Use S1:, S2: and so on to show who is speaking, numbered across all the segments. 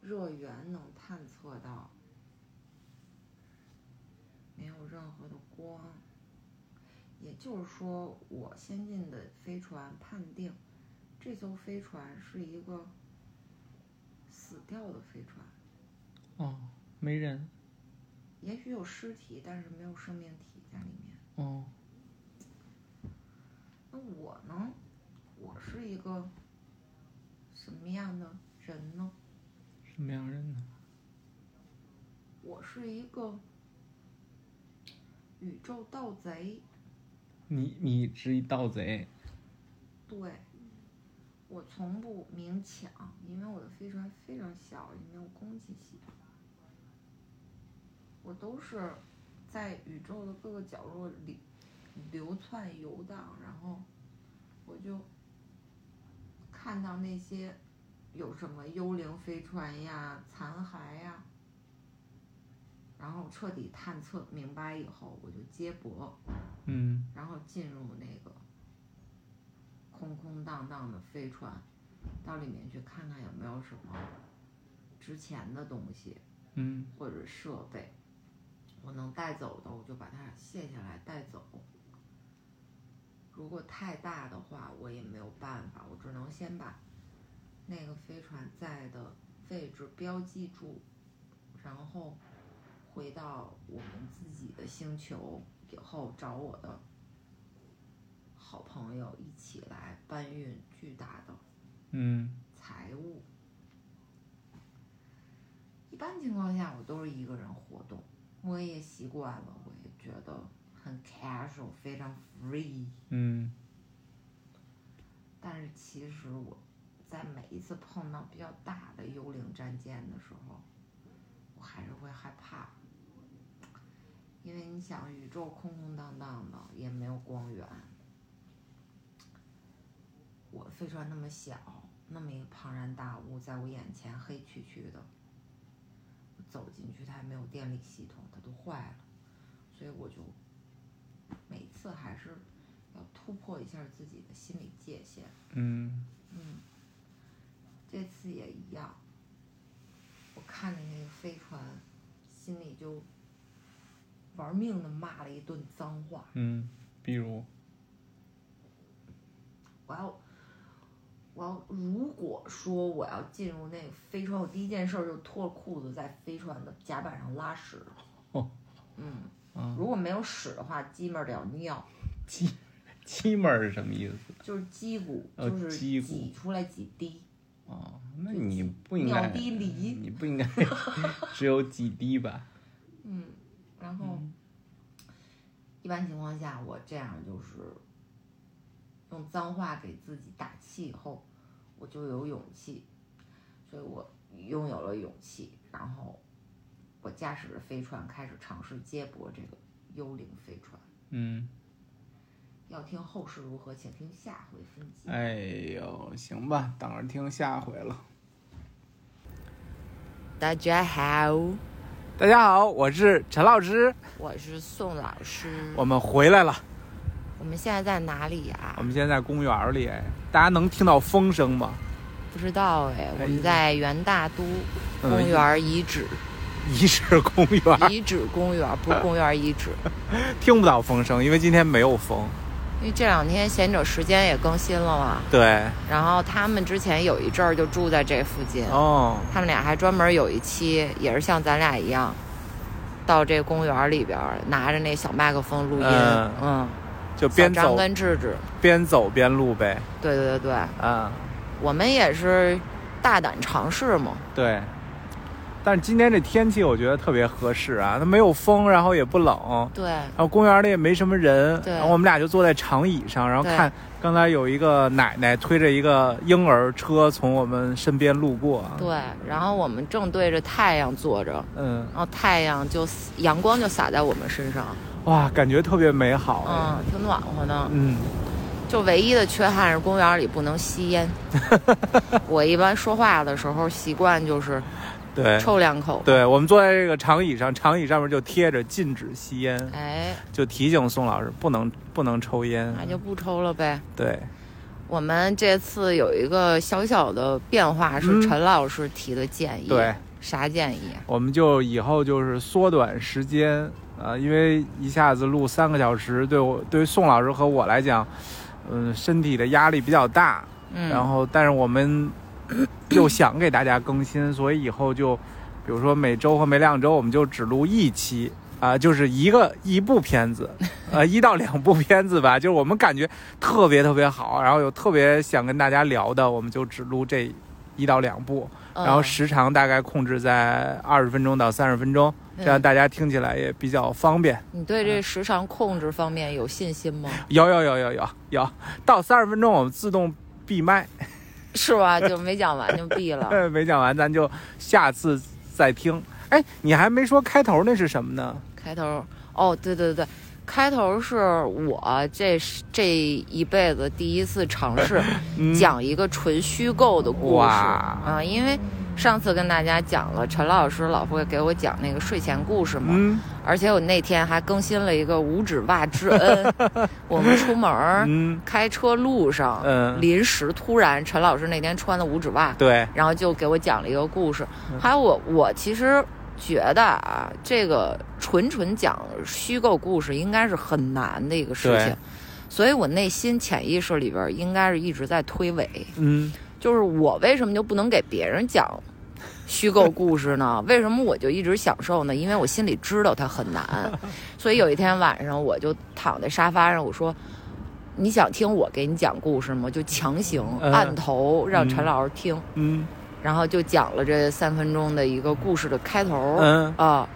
S1: 若元能探测到没有任何的光，也就是说，我先进的飞船判定这艘飞船是一个死掉的飞船，
S2: 哦，没人，
S1: 也许有尸体，但是没有生命体在里面。
S2: 哦，
S1: 那我呢？我是一个什么样的人呢？
S2: 什么样人呢？
S1: 我是一个宇宙盗贼，
S2: 你你是一盗贼，
S1: 对，我从不明抢，因为我的飞船非常小，也没有攻击性。我都是在宇宙的各个角落里流窜游荡，然后我就看到那些有什么幽灵飞船呀、残骸呀，然后彻底探测明白以后，我就接驳。
S2: 嗯，
S1: 然后进入那个空空荡荡的飞船，到里面去看看有没有什么值钱的东西
S2: 嗯，
S1: 或者设备，我能带走的我就把它卸下来带走。如果太大的话，我也没有办法，我只能先把那个飞船在的位置标记住，然后回到我们自己的星球以后，找我的好朋友一起来搬运巨大的
S2: 嗯，
S1: 财务。一般情况下，我都是一个人活动，我也习惯了，我也觉得很 casual，非常 free。
S2: 嗯，
S1: 但是其实我在每一次碰到比较大的幽灵战舰的时候，我还是会害怕，因为你想，宇宙空空荡荡的，也没有光源。我飞船那么小，那么一个庞然大物在我眼前黑黢黢的，我走进去它也没有电力系统，它都坏了，所以我就每次还是要突破一下自己的心理界限。
S2: 嗯，
S1: 嗯，这次也一样。我看着那个飞船，心里就玩命的骂了一顿脏话。
S2: 嗯，比如，
S1: 我要，我要，如果说我要进入那个飞船，我第一件事儿就脱裤子在飞船的甲板上拉屎。
S2: 哦
S1: 嗯，
S2: 啊，
S1: 如果没有屎的话，鸡们儿得要尿，
S2: 鸡鸡门儿是什么意思？
S1: 就是鸡骨，
S2: 哦
S1: 就是
S2: 鸡骨
S1: 挤出来几滴，
S2: 哦，那你不应
S1: 尿
S2: 该，
S1: 滴梨。
S2: 你不应该 只有几滴吧？
S1: 嗯，然后、一般情况下，我这样就是用脏话给自己打气以后，我就有勇气，所以我拥有了勇气，然后我驾驶着飞船开始尝试接驳这个幽灵飞船。
S2: 嗯，
S1: 要听后事如何，请听下回分解。
S2: 哎呦，行吧，等着听下回了。
S1: 大家好，
S2: 大家好，我是陈老师，
S1: 我是宋老师。
S2: 我们回来了。
S1: 我们现在在哪里呀、
S2: 我们现在在公园里，哎大家能听到风声吗？
S1: 不知道哎，
S2: 我们在
S1: 元大都
S2: 嗯
S1: 园遗址。
S2: 遗址公 园
S1: 遗址公园，不是公园遗 址，
S2: 听不到风声，因为今天没有风。
S1: 因为这两天贤者时间也更新了嘛。
S2: 对，
S1: 然后他们之前有一阵儿就住在这附近，
S2: 哦，
S1: 他们俩还专门有一期也是像咱俩一样，到这公园里边儿拿着那小麦克风录音，
S2: 嗯
S1: 嗯，
S2: 就
S1: 小
S2: 边
S1: 张
S2: 走
S1: 跟智智，
S2: 边走边录呗。
S1: 对对对对，
S2: 啊，
S1: 我们也是大胆尝试嘛，
S2: 对。但是今天这天气我觉得特别合适啊，它没有风，然后也不冷，
S1: 对，
S2: 然后公园里也没什么人，
S1: 对
S2: 然后我们俩就坐在长椅上，然后
S1: 对
S2: 看刚才有一个奶奶推着一个婴儿车从我们身边路过。
S1: 对，然后我们正对着太阳坐着，
S2: 嗯，
S1: 然后太阳就阳光就洒在我们身上，
S2: 哇，感觉特别美好哎。
S1: 嗯，挺暖和的。
S2: 嗯，
S1: 就唯一的缺憾是公园里不能吸 烟。我一般说话的时候习惯就是
S2: 对。
S1: 抽两口。
S2: 哎对，我们坐在这个长椅上，长椅上面就贴着“禁止吸烟
S1: 哎，”，
S2: 就提醒宋老师不能不能抽烟。
S1: 那就不抽了呗。
S2: 对，
S1: 我们这次有一个小小的变化，是
S2: 嗯
S1: 陈老师提的建议。
S2: 对，
S1: 啥建议？
S2: 我们就以后就是缩短时间啊、因为一下子录三个小时，对我对于宋老师和我来讲，嗯，身体的压力比较大。
S1: 嗯，
S2: 然后，但是我们 又想给大家更新，所以以后就，比如说每周或每两周，我们就只录一期啊、就是一个一部片子， 呃，一到两部片子吧，就是我们感觉特别特别好，然后有特别想跟大家聊的，我们就只录这一到两部。
S1: 嗯，
S2: 然后时长大概控制在二十分钟到三十分钟，这样
S1: 嗯
S2: 大嗯家听起来也比较方便。
S1: 你对这时长控制方面有信心 吗？
S2: 有有有有有有，到三十分钟我们自动闭麦，
S1: 是吧？就没讲完就毙 了。
S2: 嗯没讲完咱就下次再听。哎，你还没说开头那是什么呢？
S1: 开头哦，对对对，开头是我这这一辈子第一次尝试
S2: 嗯，
S1: 讲一个纯虚构的故事
S2: 哇
S1: 啊，因为上次跟大家讲了陈老师老会给我讲那个睡前故事嘛，
S2: 嗯
S1: 而且我那天还更新了一个五指袜之 恩，我们出门儿
S2: 嗯
S1: 开车路上，
S2: 嗯
S1: 临时突然陈老师那天穿的五指袜，
S2: 对，
S1: 然后就给我讲了一个故事
S2: 嗯。
S1: 还有我，我其实觉得啊，这个纯纯讲虚构故事应该是很难的一个事
S2: 对
S1: 情，所以我内心潜意识里边儿应该是一直在推诿，
S2: 嗯
S1: 就是我为什么就不能给别人讲虚构故事呢？ 为什么我就一直享受呢？因为我心里知道它很难，所以有一天晚上我就躺在沙发上，我说。你想听我给你讲故事吗？就强行
S2: 嗯
S1: 按头让陈
S2: 嗯
S1: 老师听，
S2: 嗯
S1: 然后就讲了这三分钟的一个故事的开头，
S2: 嗯，
S1: 啊，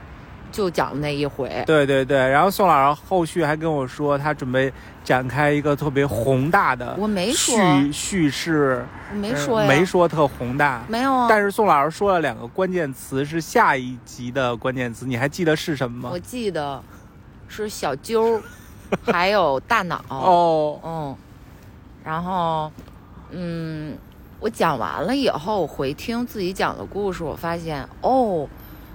S1: 就讲了那一回，
S2: 对对对。然后宋老师后续还跟我说，他准备展开一个特别宏大的
S1: 我没说，
S2: 叙叙事，
S1: 我没
S2: 嗯
S1: 说呀，
S2: 没说特宏大。
S1: 没有啊，
S2: 但是宋老师说了两个关键词是下一集的关键词，你还记得是什么
S1: 我
S2: 吗？
S1: 记得是小揪儿，还有大脑，
S2: 哦，
S1: 嗯，然后，嗯，我讲完了以后，我回听自己讲的故事，我发现哦，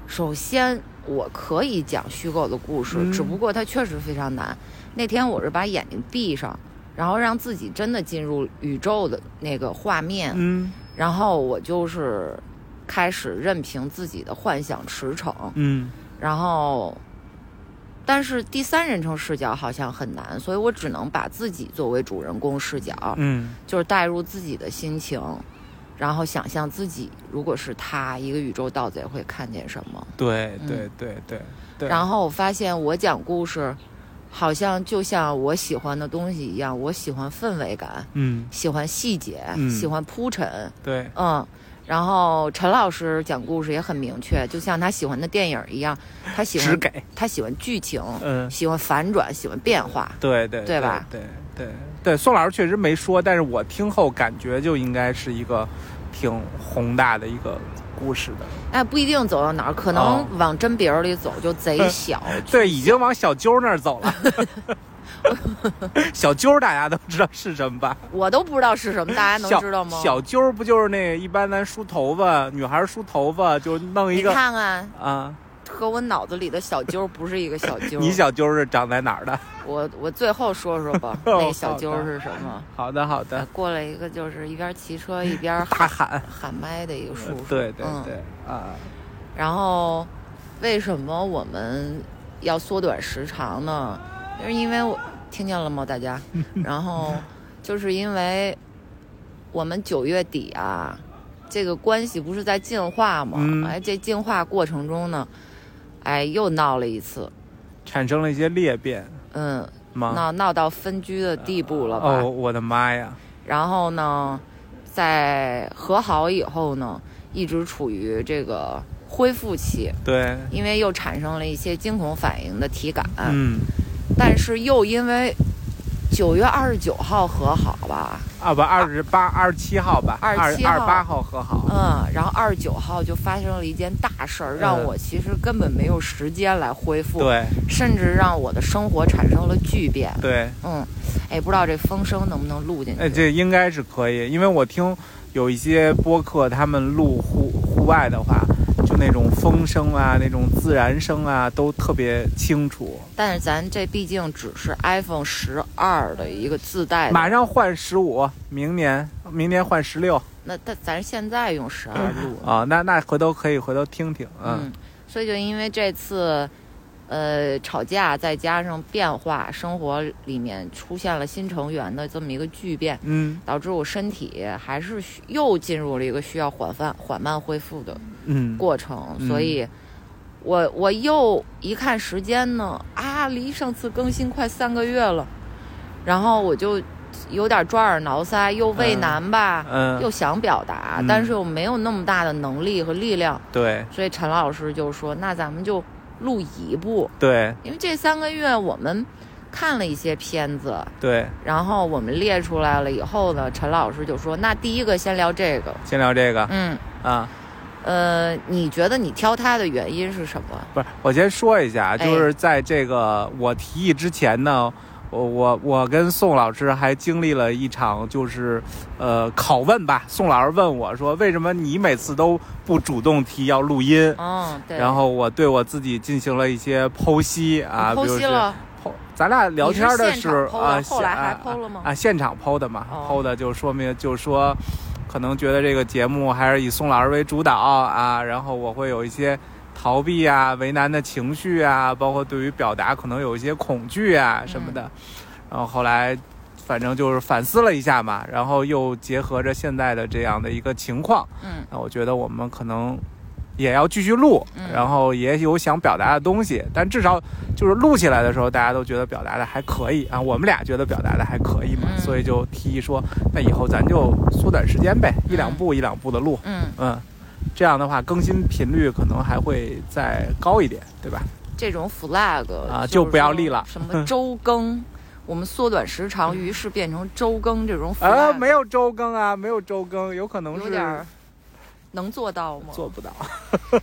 S1: 首先我可以讲虚构的故事，
S2: 嗯
S1: 只不过它确实非常难。那天我是把眼睛闭上，然后让自己真的进入宇宙的那个画面，
S2: 嗯
S1: 然后我就是开始任凭自己的幻想驰骋，
S2: 嗯
S1: 然后，但是第三人称视角好像很难，所以我只能把自己作为主人公视角，
S2: 嗯
S1: 就是带入自己的心情，然后想象自己如果是他，一个宇宙盗贼会看见什么。
S2: 对
S1: 嗯
S2: 对对对对。
S1: 然后我发现我讲故事，好像就像我喜欢的东西一样，我喜欢氛围感，
S2: 嗯
S1: 喜欢细节，
S2: 嗯
S1: 喜欢铺陈，
S2: 对
S1: 嗯。然后陈老师讲故事也很明确，就像他喜欢的电影一样，他喜
S2: 只
S1: 欢
S2: 给
S1: 他喜欢剧情，
S2: 嗯
S1: 喜欢反转，喜欢变化。
S2: 对对
S1: 对吧
S2: 对对对对，宋老师确实没说，但是我听后感觉就应该是一个挺宏大的一个故事的。
S1: 哎，不一定走到哪儿，可
S2: 哦嗯
S1: 能往真别人里走就贼小。
S2: 对，已经往小揪那儿走 了。小揪大家都知道是什么 吧？
S1: 我都不知道是什么，大家能
S2: 小
S1: 知道吗？
S2: 小揪儿不就是那个一般咱梳头发，女孩儿梳头发就弄一
S1: 你
S2: 个
S1: 看看，
S2: 啊？
S1: 和我脑子里的小揪儿不是一个小揪儿。
S2: 你小揪儿是长在哪儿的？
S1: 我我最后说说 吧，那小揪儿是什么？
S2: 好的，好
S1: 哎
S2: 的，
S1: 过来一个就是一边骑车一边
S2: 大
S1: 喊
S2: 喊，
S1: 喊麦的一个叔叔。
S2: 对对
S1: 嗯
S2: 对啊，
S1: 然后，为什么我们要缩短时长呢？就是因为我听见了吗，大 家？然后，就是因为我们九月底啊，这个关系不是在进化吗？
S2: 嗯
S1: 哎，这进化过程中呢，哎，又闹了一次，
S2: 产生了一些裂变
S1: 嗯，
S2: 吗？
S1: 闹闹到分居的地步了吧？
S2: 啊哦，我的妈呀！
S1: 然后呢，在和好以后呢，一直处于这个恢复期。
S2: 对，
S1: 因为又产生了一些惊恐反应的体感，
S2: 嗯，
S1: 但是又因为九月二十九号和好吧，
S2: 啊不，二十八、二十七号吧，二
S1: 27号
S2: 二八号和好，
S1: 嗯，然后二十九号就发生了一件大事儿，让我其实根本没有时间来恢复，
S2: 嗯对
S1: 甚至让我的生活产生了巨变，
S2: 对，
S1: 嗯，哎，不知道这风声能不能录进去？
S2: 哎，这应该是可以，因为我听有一些播客他们录户户外的话，就那种风声啊，那种自然声啊，都特别清楚。
S1: 但是咱这毕竟只是 iPhone 十二的一个自带的，
S2: 马上换十五，明年明年换十六
S1: 那但咱现在用十二录，
S2: 啊，那那回头可以回头听听，嗯，
S1: 嗯，所以就因为这次，呃，吵架再加上变化，生活里面出现了新成员的这么一个巨变，
S2: 嗯
S1: 导致我身体还是需又进入了一个需要缓慢缓慢恢复的
S2: 嗯，
S1: 过程，
S2: 嗯
S1: 所以我我又一看时间呢，啊，离上次更新快三个月了，然后我就有点抓耳挠腮，又畏难吧，
S2: 嗯
S1: 又想表达，
S2: 嗯
S1: 但是又没有那么大的能力和力量，
S2: 对
S1: 所以陈老师就说，那咱们就录一部，
S2: 对
S1: 因为这三个月我们看了一些片子，
S2: 对，
S1: 然后我们列出来了以后呢，陈老师就说，那第一个先聊这个，
S2: 先聊这个
S1: 嗯。
S2: 啊，
S1: 呃，你觉得你挑它的原因是什么？
S2: 不是，我先说一下，啊
S1: 哎
S2: 就是在这个我提议之前呢，我我我跟宋老师还经历了一场就是呃拷问吧，宋老师问我说，为什么你每次都不主动提要录音？
S1: 嗯，对。
S2: 然后我对我自己进行了一些剖析
S1: 你
S2: 啊，
S1: 剖析了，
S2: 比如是剖，咱俩聊天的时
S1: 你是现场
S2: 候
S1: 剖的后
S2: 啊，
S1: 来
S2: 现
S1: 还
S2: 啊
S1: 剖了吗
S2: 啊，现场剖的嘛，
S1: 哦
S2: 剖的就说明就说，可能觉得这个节目还是以宋老师为主导啊，然后我会有一些逃避啊、为难的情绪啊，包括对于表达可能有一些恐惧啊什么
S1: 嗯
S2: 的，然后后来。反正就是反思了一下嘛，然后又结合着现在的这样的一个情况，
S1: 嗯
S2: 那我觉得我们可能也要继续录，
S1: 嗯
S2: 然后也有想表达的东西，但至少就是录起来的时候，大家都觉得表达的还可以啊，我们俩觉得表达的还可以嘛，
S1: 嗯
S2: 所以就提议说，那以后咱就缩短时间呗，一两步一两步的录，
S1: 嗯，
S2: 嗯，这样的话更新频率可能还会再高一点，对吧？
S1: 这种 flag
S2: 啊
S1: 就
S2: 就不要立了
S1: 是说什么周更， 我们缩短时长，于是变成周更这种 flag，、
S2: 啊，没有周更啊，没有周更，有可能
S1: 有
S2: 是
S1: 点儿能做到吗？
S2: 做不到，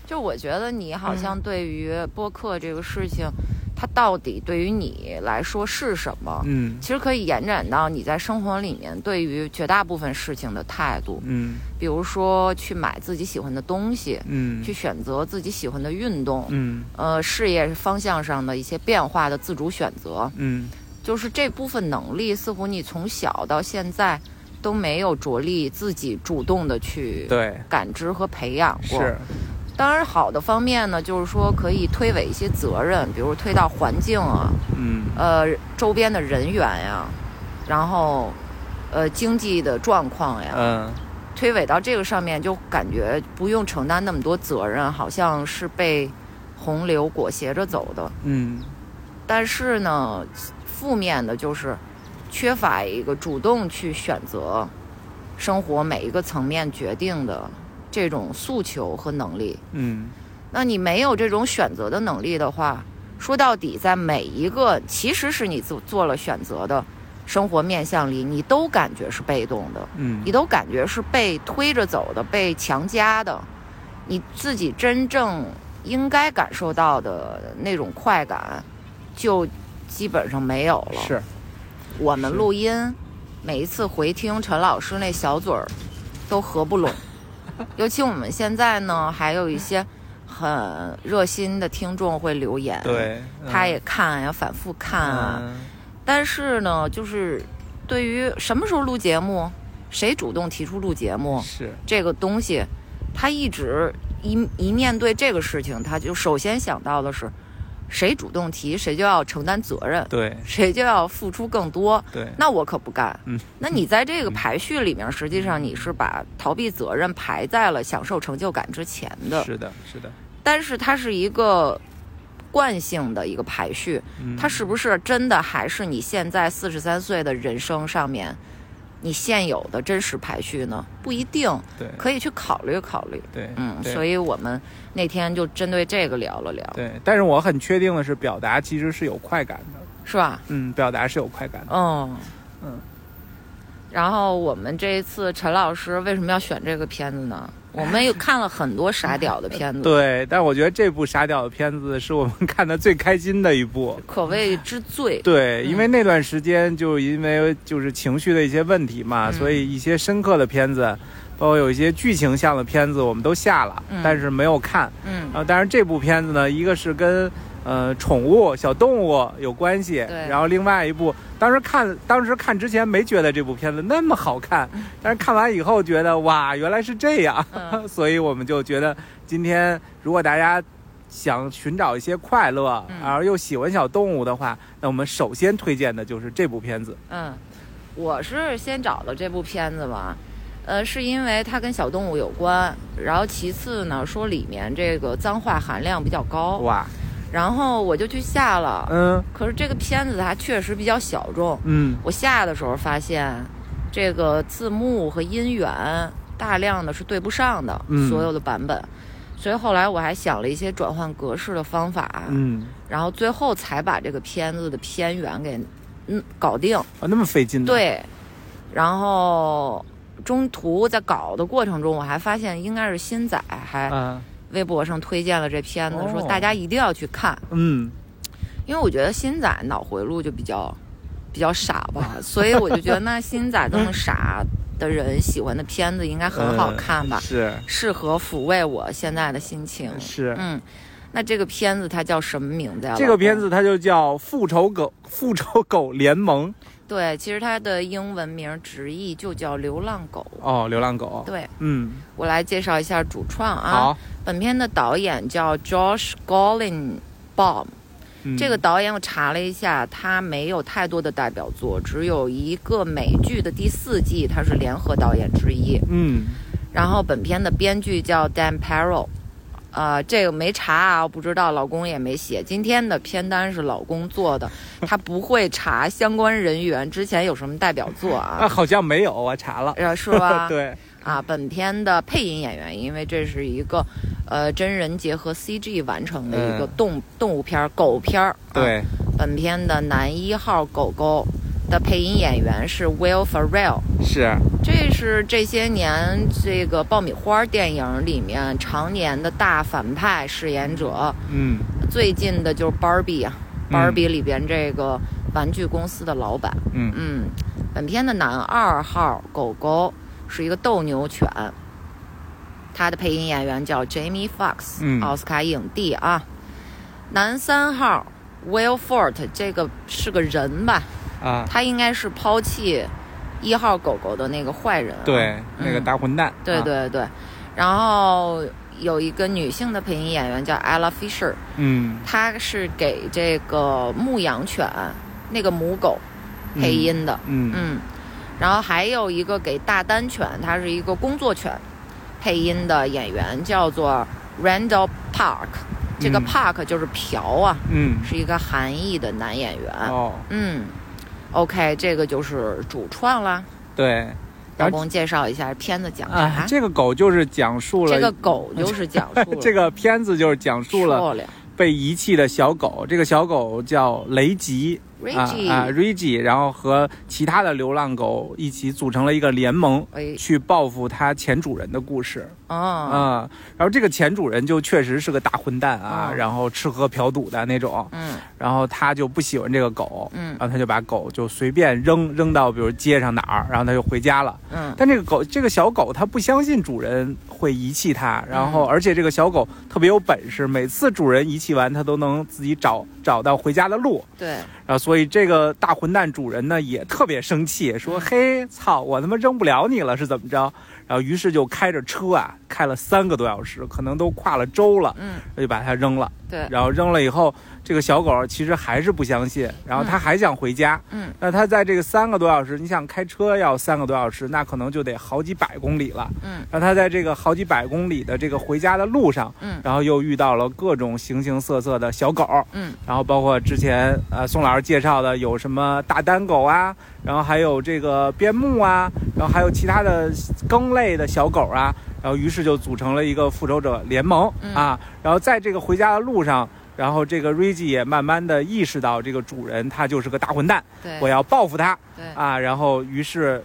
S1: 就我觉得你好像
S2: 嗯
S1: 对于播客这个事情，它到底对于你来说是什么？
S2: 嗯
S1: 其实可以延展到你在生活里面对于绝大部分事情的态度，
S2: 嗯
S1: 比如说去买自己喜欢的东西，
S2: 嗯
S1: 去选择自己喜欢的运动，
S2: 嗯
S1: 呃，事业方向上的一些变化的自主选择，
S2: 嗯
S1: 就是这部分能力，似乎你从小到现在都没有着力自己主动的去
S2: 对，
S1: 感知和培养过。
S2: 是，
S1: 当然，好的方面呢，就是说可以推诿一些责任，比如推到环境啊，
S2: 嗯
S1: 呃，周边的人员呀，然后，呃，经济的状况呀，
S2: 嗯
S1: 推诿到这个上面，就感觉不用承担那么多责任，好像是被洪流裹挟着走的。
S2: 嗯
S1: 但是呢，负面的就是缺乏一个主动去选择生活每一个层面决定的这种诉求和能力。
S2: 嗯。
S1: 那你没有这种选择的能力的话，说到底，在每一个其实是你做做了选择的生活面向里，你都感觉是被动的。
S2: 嗯
S1: 你都感觉是被推着走的，被强加的，你自己真正应该感受到的那种快感，就基本上没有了。
S2: 是，
S1: 我们
S2: 是
S1: 录音，每一次回听陈老师那小嘴儿，都合不 拢。尤其我们现在呢，还有一些很热心的听众会留言，，
S2: 对，
S1: 哎他也看呀，反复看啊。
S2: 嗯
S1: 但是呢，就是对于什么时候录节目，谁主动提出录节目
S2: 是，
S1: 这个东西，他一直一一面对这个事情，他就首先想到的是，谁主动提谁就要承担责任，
S2: 对
S1: 谁就要付出更多。
S2: 对，
S1: 那我可不干。
S2: 嗯，
S1: 那你在这个排序里面，实际上你是把逃避责任排在了享受成就感之前的，
S2: 是的，是的，
S1: 但是它是一个惯性的一个排序。
S2: 嗯
S1: 它是不是真的还是你现在四十三岁的人生上面，你现有的真实排序呢？不一定，
S2: 对
S1: 可以去考虑考虑。
S2: 对
S1: 嗯，
S2: 对
S1: 所以我们那天就针对这个聊了聊，
S2: 对，但是我很确定的是，表达其实是有快感的，
S1: 是吧？
S2: 嗯，表达是有快感的，
S1: 嗯
S2: 嗯。
S1: 然后我们这一次陈老师为什么要选这个片子呢？我们又看了很多傻屌的片子，
S2: 哎对，但我觉得这部傻屌的片子是我们 看的最开心的一部，
S1: 可谓之最。
S2: 对，
S1: 嗯
S2: 因为那段时间就因为就是情绪的一些问题嘛，
S1: 嗯
S2: 所以一些深刻的片子，包括有一些剧情向的片子我们都下了，
S1: 嗯
S2: 但是没有看。
S1: 嗯，
S2: 啊，当然这部片子呢，一个是跟呃宠物小动物有关系，
S1: 对
S2: 然后另外一部，当时看当时看之前没觉得这部片子那么好看，但是看完以后觉得哇，原来是这样，
S1: 嗯
S2: 所以我们就觉得今天如果大家。想寻找一些快乐，
S1: 嗯
S2: 然后又喜欢小动物的话，那我们首先推荐的就是这部片子。
S1: 嗯，我是先找了这部片子吧，呃，是因为它跟小动物有关，然后其次呢，说里面这个脏话含量比较高，
S2: 哇，
S1: 然后我就去下了。
S2: 嗯
S1: 可是这个片子它确实比较小众，
S2: 嗯，
S1: 我下的时候发现，这个字幕和音源大量的是对不上的，
S2: 嗯
S1: 所有的版本。所以后来我还想了一些转换格式的方法，
S2: 嗯，
S1: 然后最后才把这个片子的片源给嗯搞定。
S2: 啊，那么费劲呢？，
S1: 对，然后中途在搞的过程中，我还发现应该是新仔还
S2: 啊，
S1: 微博上推荐了这片子，
S2: 哦
S1: 说大家一定要去看，
S2: 嗯，
S1: 因为我觉得新仔脑回路就比较比较傻 吧，所以我就觉得那新仔这么傻的人喜欢的片子应该很好看吧，
S2: 呃是
S1: 适合抚慰我现在的心情。
S2: 嗯是，
S1: 嗯，那这个片子它叫什么名字呀？
S2: 这
S1: 老
S2: 个
S1: 公
S2: 片子它就叫《复仇狗 复仇狗联盟》
S1: 对，其实它的英文名直译就叫《流浪狗》。
S2: 哦，流浪狗。
S1: 对，
S2: 嗯，
S1: 我来介绍一下主创啊。
S2: 好，
S1: 本片的导演叫 Josh Golin Baum，、
S2: 嗯
S1: 这个导演我查了一下，他没有太多的代表作，只有一个美剧的第四季，他是联合导演之一。
S2: 嗯
S1: 然后本片的编剧叫 Dan Perro，呃，这个没查啊，我不知道，老公也没写。今天的片单是老公做的，他不会查相关人员之前有什么代表作
S2: 啊，
S1: 啊，
S2: 好像没有，我查了。
S1: 呃，是吧？
S2: 对，
S1: 啊，本片的配音演员，因为这是一个呃真人结合 CG 完成的一个
S2: 嗯
S1: 动、动物片儿、狗片儿。啊
S2: 对，
S1: 本片的男一号狗狗的配音演员是 Will Ferrell，
S2: 是，
S1: 这是这些年这个爆米花电影里面常年的大反派饰演者。
S2: 嗯
S1: 最近的就是 Barbie 啊、
S2: 嗯
S1: b a r b i e 里边这个玩具公司的老板。
S2: 嗯
S1: 嗯，本片的男二号狗狗是一个斗牛犬，他的配音演员叫 Jamie Fox，、
S2: 嗯
S1: 奥斯卡影帝啊。男三号 Will Fort 这个是个人吧？
S2: 啊，
S1: 他应该是抛弃一号狗狗的那个坏人、啊。
S2: 对，那个
S1: 嗯
S2: 大混蛋。
S1: 对
S2: 啊，
S1: 对对，然后有一个女性的配音演员叫 Ella Fisher，
S2: 嗯，
S1: 她是给这个牧羊犬那个母狗
S2: 嗯
S1: 配，音的。
S2: 嗯
S1: 嗯，然后还有一个给大丹犬，它是一个工作犬配音的演员，叫做 Randall Park。这个
S2: 嗯
S1: Park 就是朴啊，
S2: 嗯，
S1: 是一个韩裔的男演员。
S2: 哦，
S1: 嗯，OK，这个就是主创
S2: 啊
S1: 啦。
S2: 对，
S1: 老
S2: 然后
S1: 公介绍一下片子讲啥？
S2: 啊，这个狗就是讲述了
S1: 这 个狗就是讲述了
S2: 这个片子就是讲述了
S1: 漂亮
S2: 被遗弃的小狗，这个小狗叫雷吉，啊
S1: Reggie，、
S2: 啊 r i g i 然后和其他的流浪狗一起组成了一个联盟，
S1: 哎，
S2: 去报复它前主人的故事
S1: 哦，
S2: 啊、然后这个前主人就确实是个大混蛋啊，
S1: 嗯
S2: 然后吃喝嫖赌的那种，
S1: 嗯
S2: 然后他就不喜欢这个狗，
S1: 嗯
S2: 然后他就把狗就随便扔扔到比如街上哪儿，然后他就回家了。
S1: 嗯
S2: 但这个狗，这个小狗，它不相信主人会遗弃它，然后而且这个小狗特别有本事，每次主人遗弃完，它都能自己找找到回家的路。
S1: 对，
S2: 然后啊所以这个大混蛋主人呢也特别生气，说：“嘿，操，我他妈扔不了你了，是怎么着？”然后于是就开着车啊，开了三个多小时，可能都跨了州了，
S1: 嗯
S2: 就把它扔了。
S1: 对，
S2: 然后扔了以后，这个小狗其实还是不相信，然后它还想回家。
S1: 嗯
S2: 那它在这个三个多小时，你想开车要三个多小时，那可能就得好几百公里了。
S1: 嗯，
S2: 然后它在这个好几百公里的这个回家的路上，
S1: 嗯
S2: 然后又遇到了各种形形色色的小狗。
S1: 嗯，
S2: 然后包括之前呃宋老师介绍的有什么大丹狗啊，然后还有这个边牧啊，然后还有其他的更类的小狗啊，然后于是就组成了一个复仇者联盟、
S1: 嗯
S2: 啊。然后在这个回家的路上，然后这个 Reggie 也慢慢的意识到这个主人他就是个大混蛋，
S1: 对，
S2: 我要报复他
S1: 对，
S2: 啊。然后于是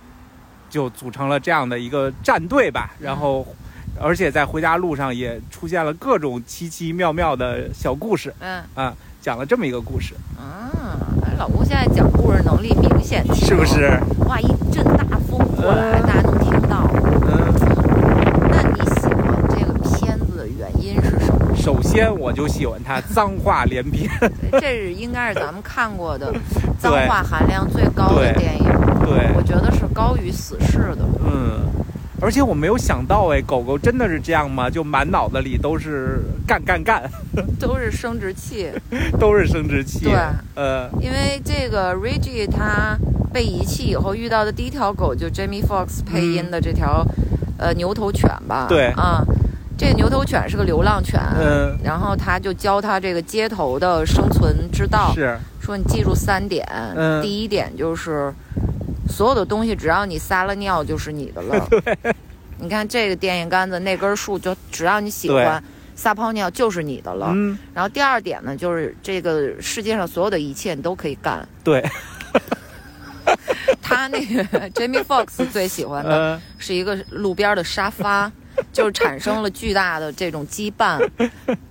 S2: 就组成了这样的一个战队吧，
S1: 嗯
S2: 然后。而且在回家路上也出现了各种奇奇妙妙的小故事，
S1: 嗯。
S2: 讲了这么一个故事，
S1: 啊，哎老公现在讲故事能力明显提高
S2: 是不是？
S1: 哇，一阵大风过来，
S2: 嗯
S1: 大家能听到。
S2: 嗯， 鲜，我就喜欢它，脏话连篇。
S1: 对这是应该是咱们看过的脏话含量最高的
S2: 对
S1: 电影，
S2: 对，
S1: 我觉得是高于《死侍》的。
S2: 嗯，而且我没有想到，哎，狗狗真的是这样吗？就满脑子里都是干干干，
S1: 都是生殖器。
S2: 都是生殖器。
S1: 对
S2: 呃，
S1: 因为这个 Reggie 他被遗弃以后遇到的第一条狗就 Jamie Foxx 配音的这条、呃牛头犬吧，
S2: 嗯对
S1: 啊、这个牛头犬是个流浪犬，
S2: 嗯，
S1: 然后他就教他这个街头的生存之道，
S2: 是，
S1: 说你记住三点，
S2: 嗯
S1: 第一点就是所有的东西只要你撒了尿就是你的 了，你看这个电线杆子那根树就只要你喜欢撒泡尿就是你的了，
S2: 嗯，
S1: 然后第二点呢，就是这个世界上所有的一切你都可以干。
S2: 对，
S1: 他那个 Jamie Foxx 最喜欢的
S2: 呃，
S1: 是一个路边的沙 发，就是产生了巨大的这种羁绊，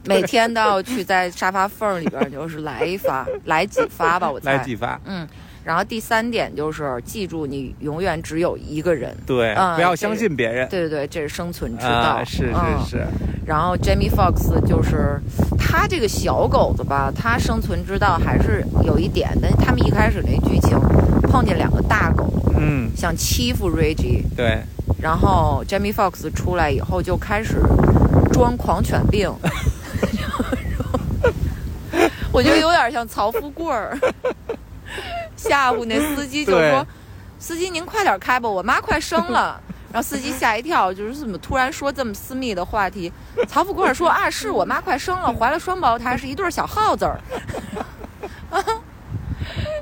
S1: 每天都要去在沙发缝里边就是来一 发，来几发吧，我
S2: 来
S1: 猜。
S2: 几发，
S1: 嗯，然后第三点就是记住，你永远只有一个人。
S2: 对，
S1: 啊
S2: 不要
S1: 这
S2: 相信别人。
S1: 对对对，这是生存之道。
S2: 啊，是
S1: 嗯
S2: 是是，
S1: 然后 Jamie Fox 就是他这个小狗子吧，他生存之道还是有一点的。他们一开始那剧情碰见两个大狗
S2: 嗯，
S1: 想欺负 Reggie，
S2: 对，
S1: 然后 Jamie Fox 出来以后就开始装狂犬 病，我觉得有点像曹富贵儿吓唬那司机，就
S2: 对
S1: 说：“司机您快点开吧，我妈快生了。”然后司机吓一跳，就是怎么突然说这么私密的话题？曹富贵儿 说：“啊，是我妈快生了，怀了双胞胎，是一对儿小耗 子儿。”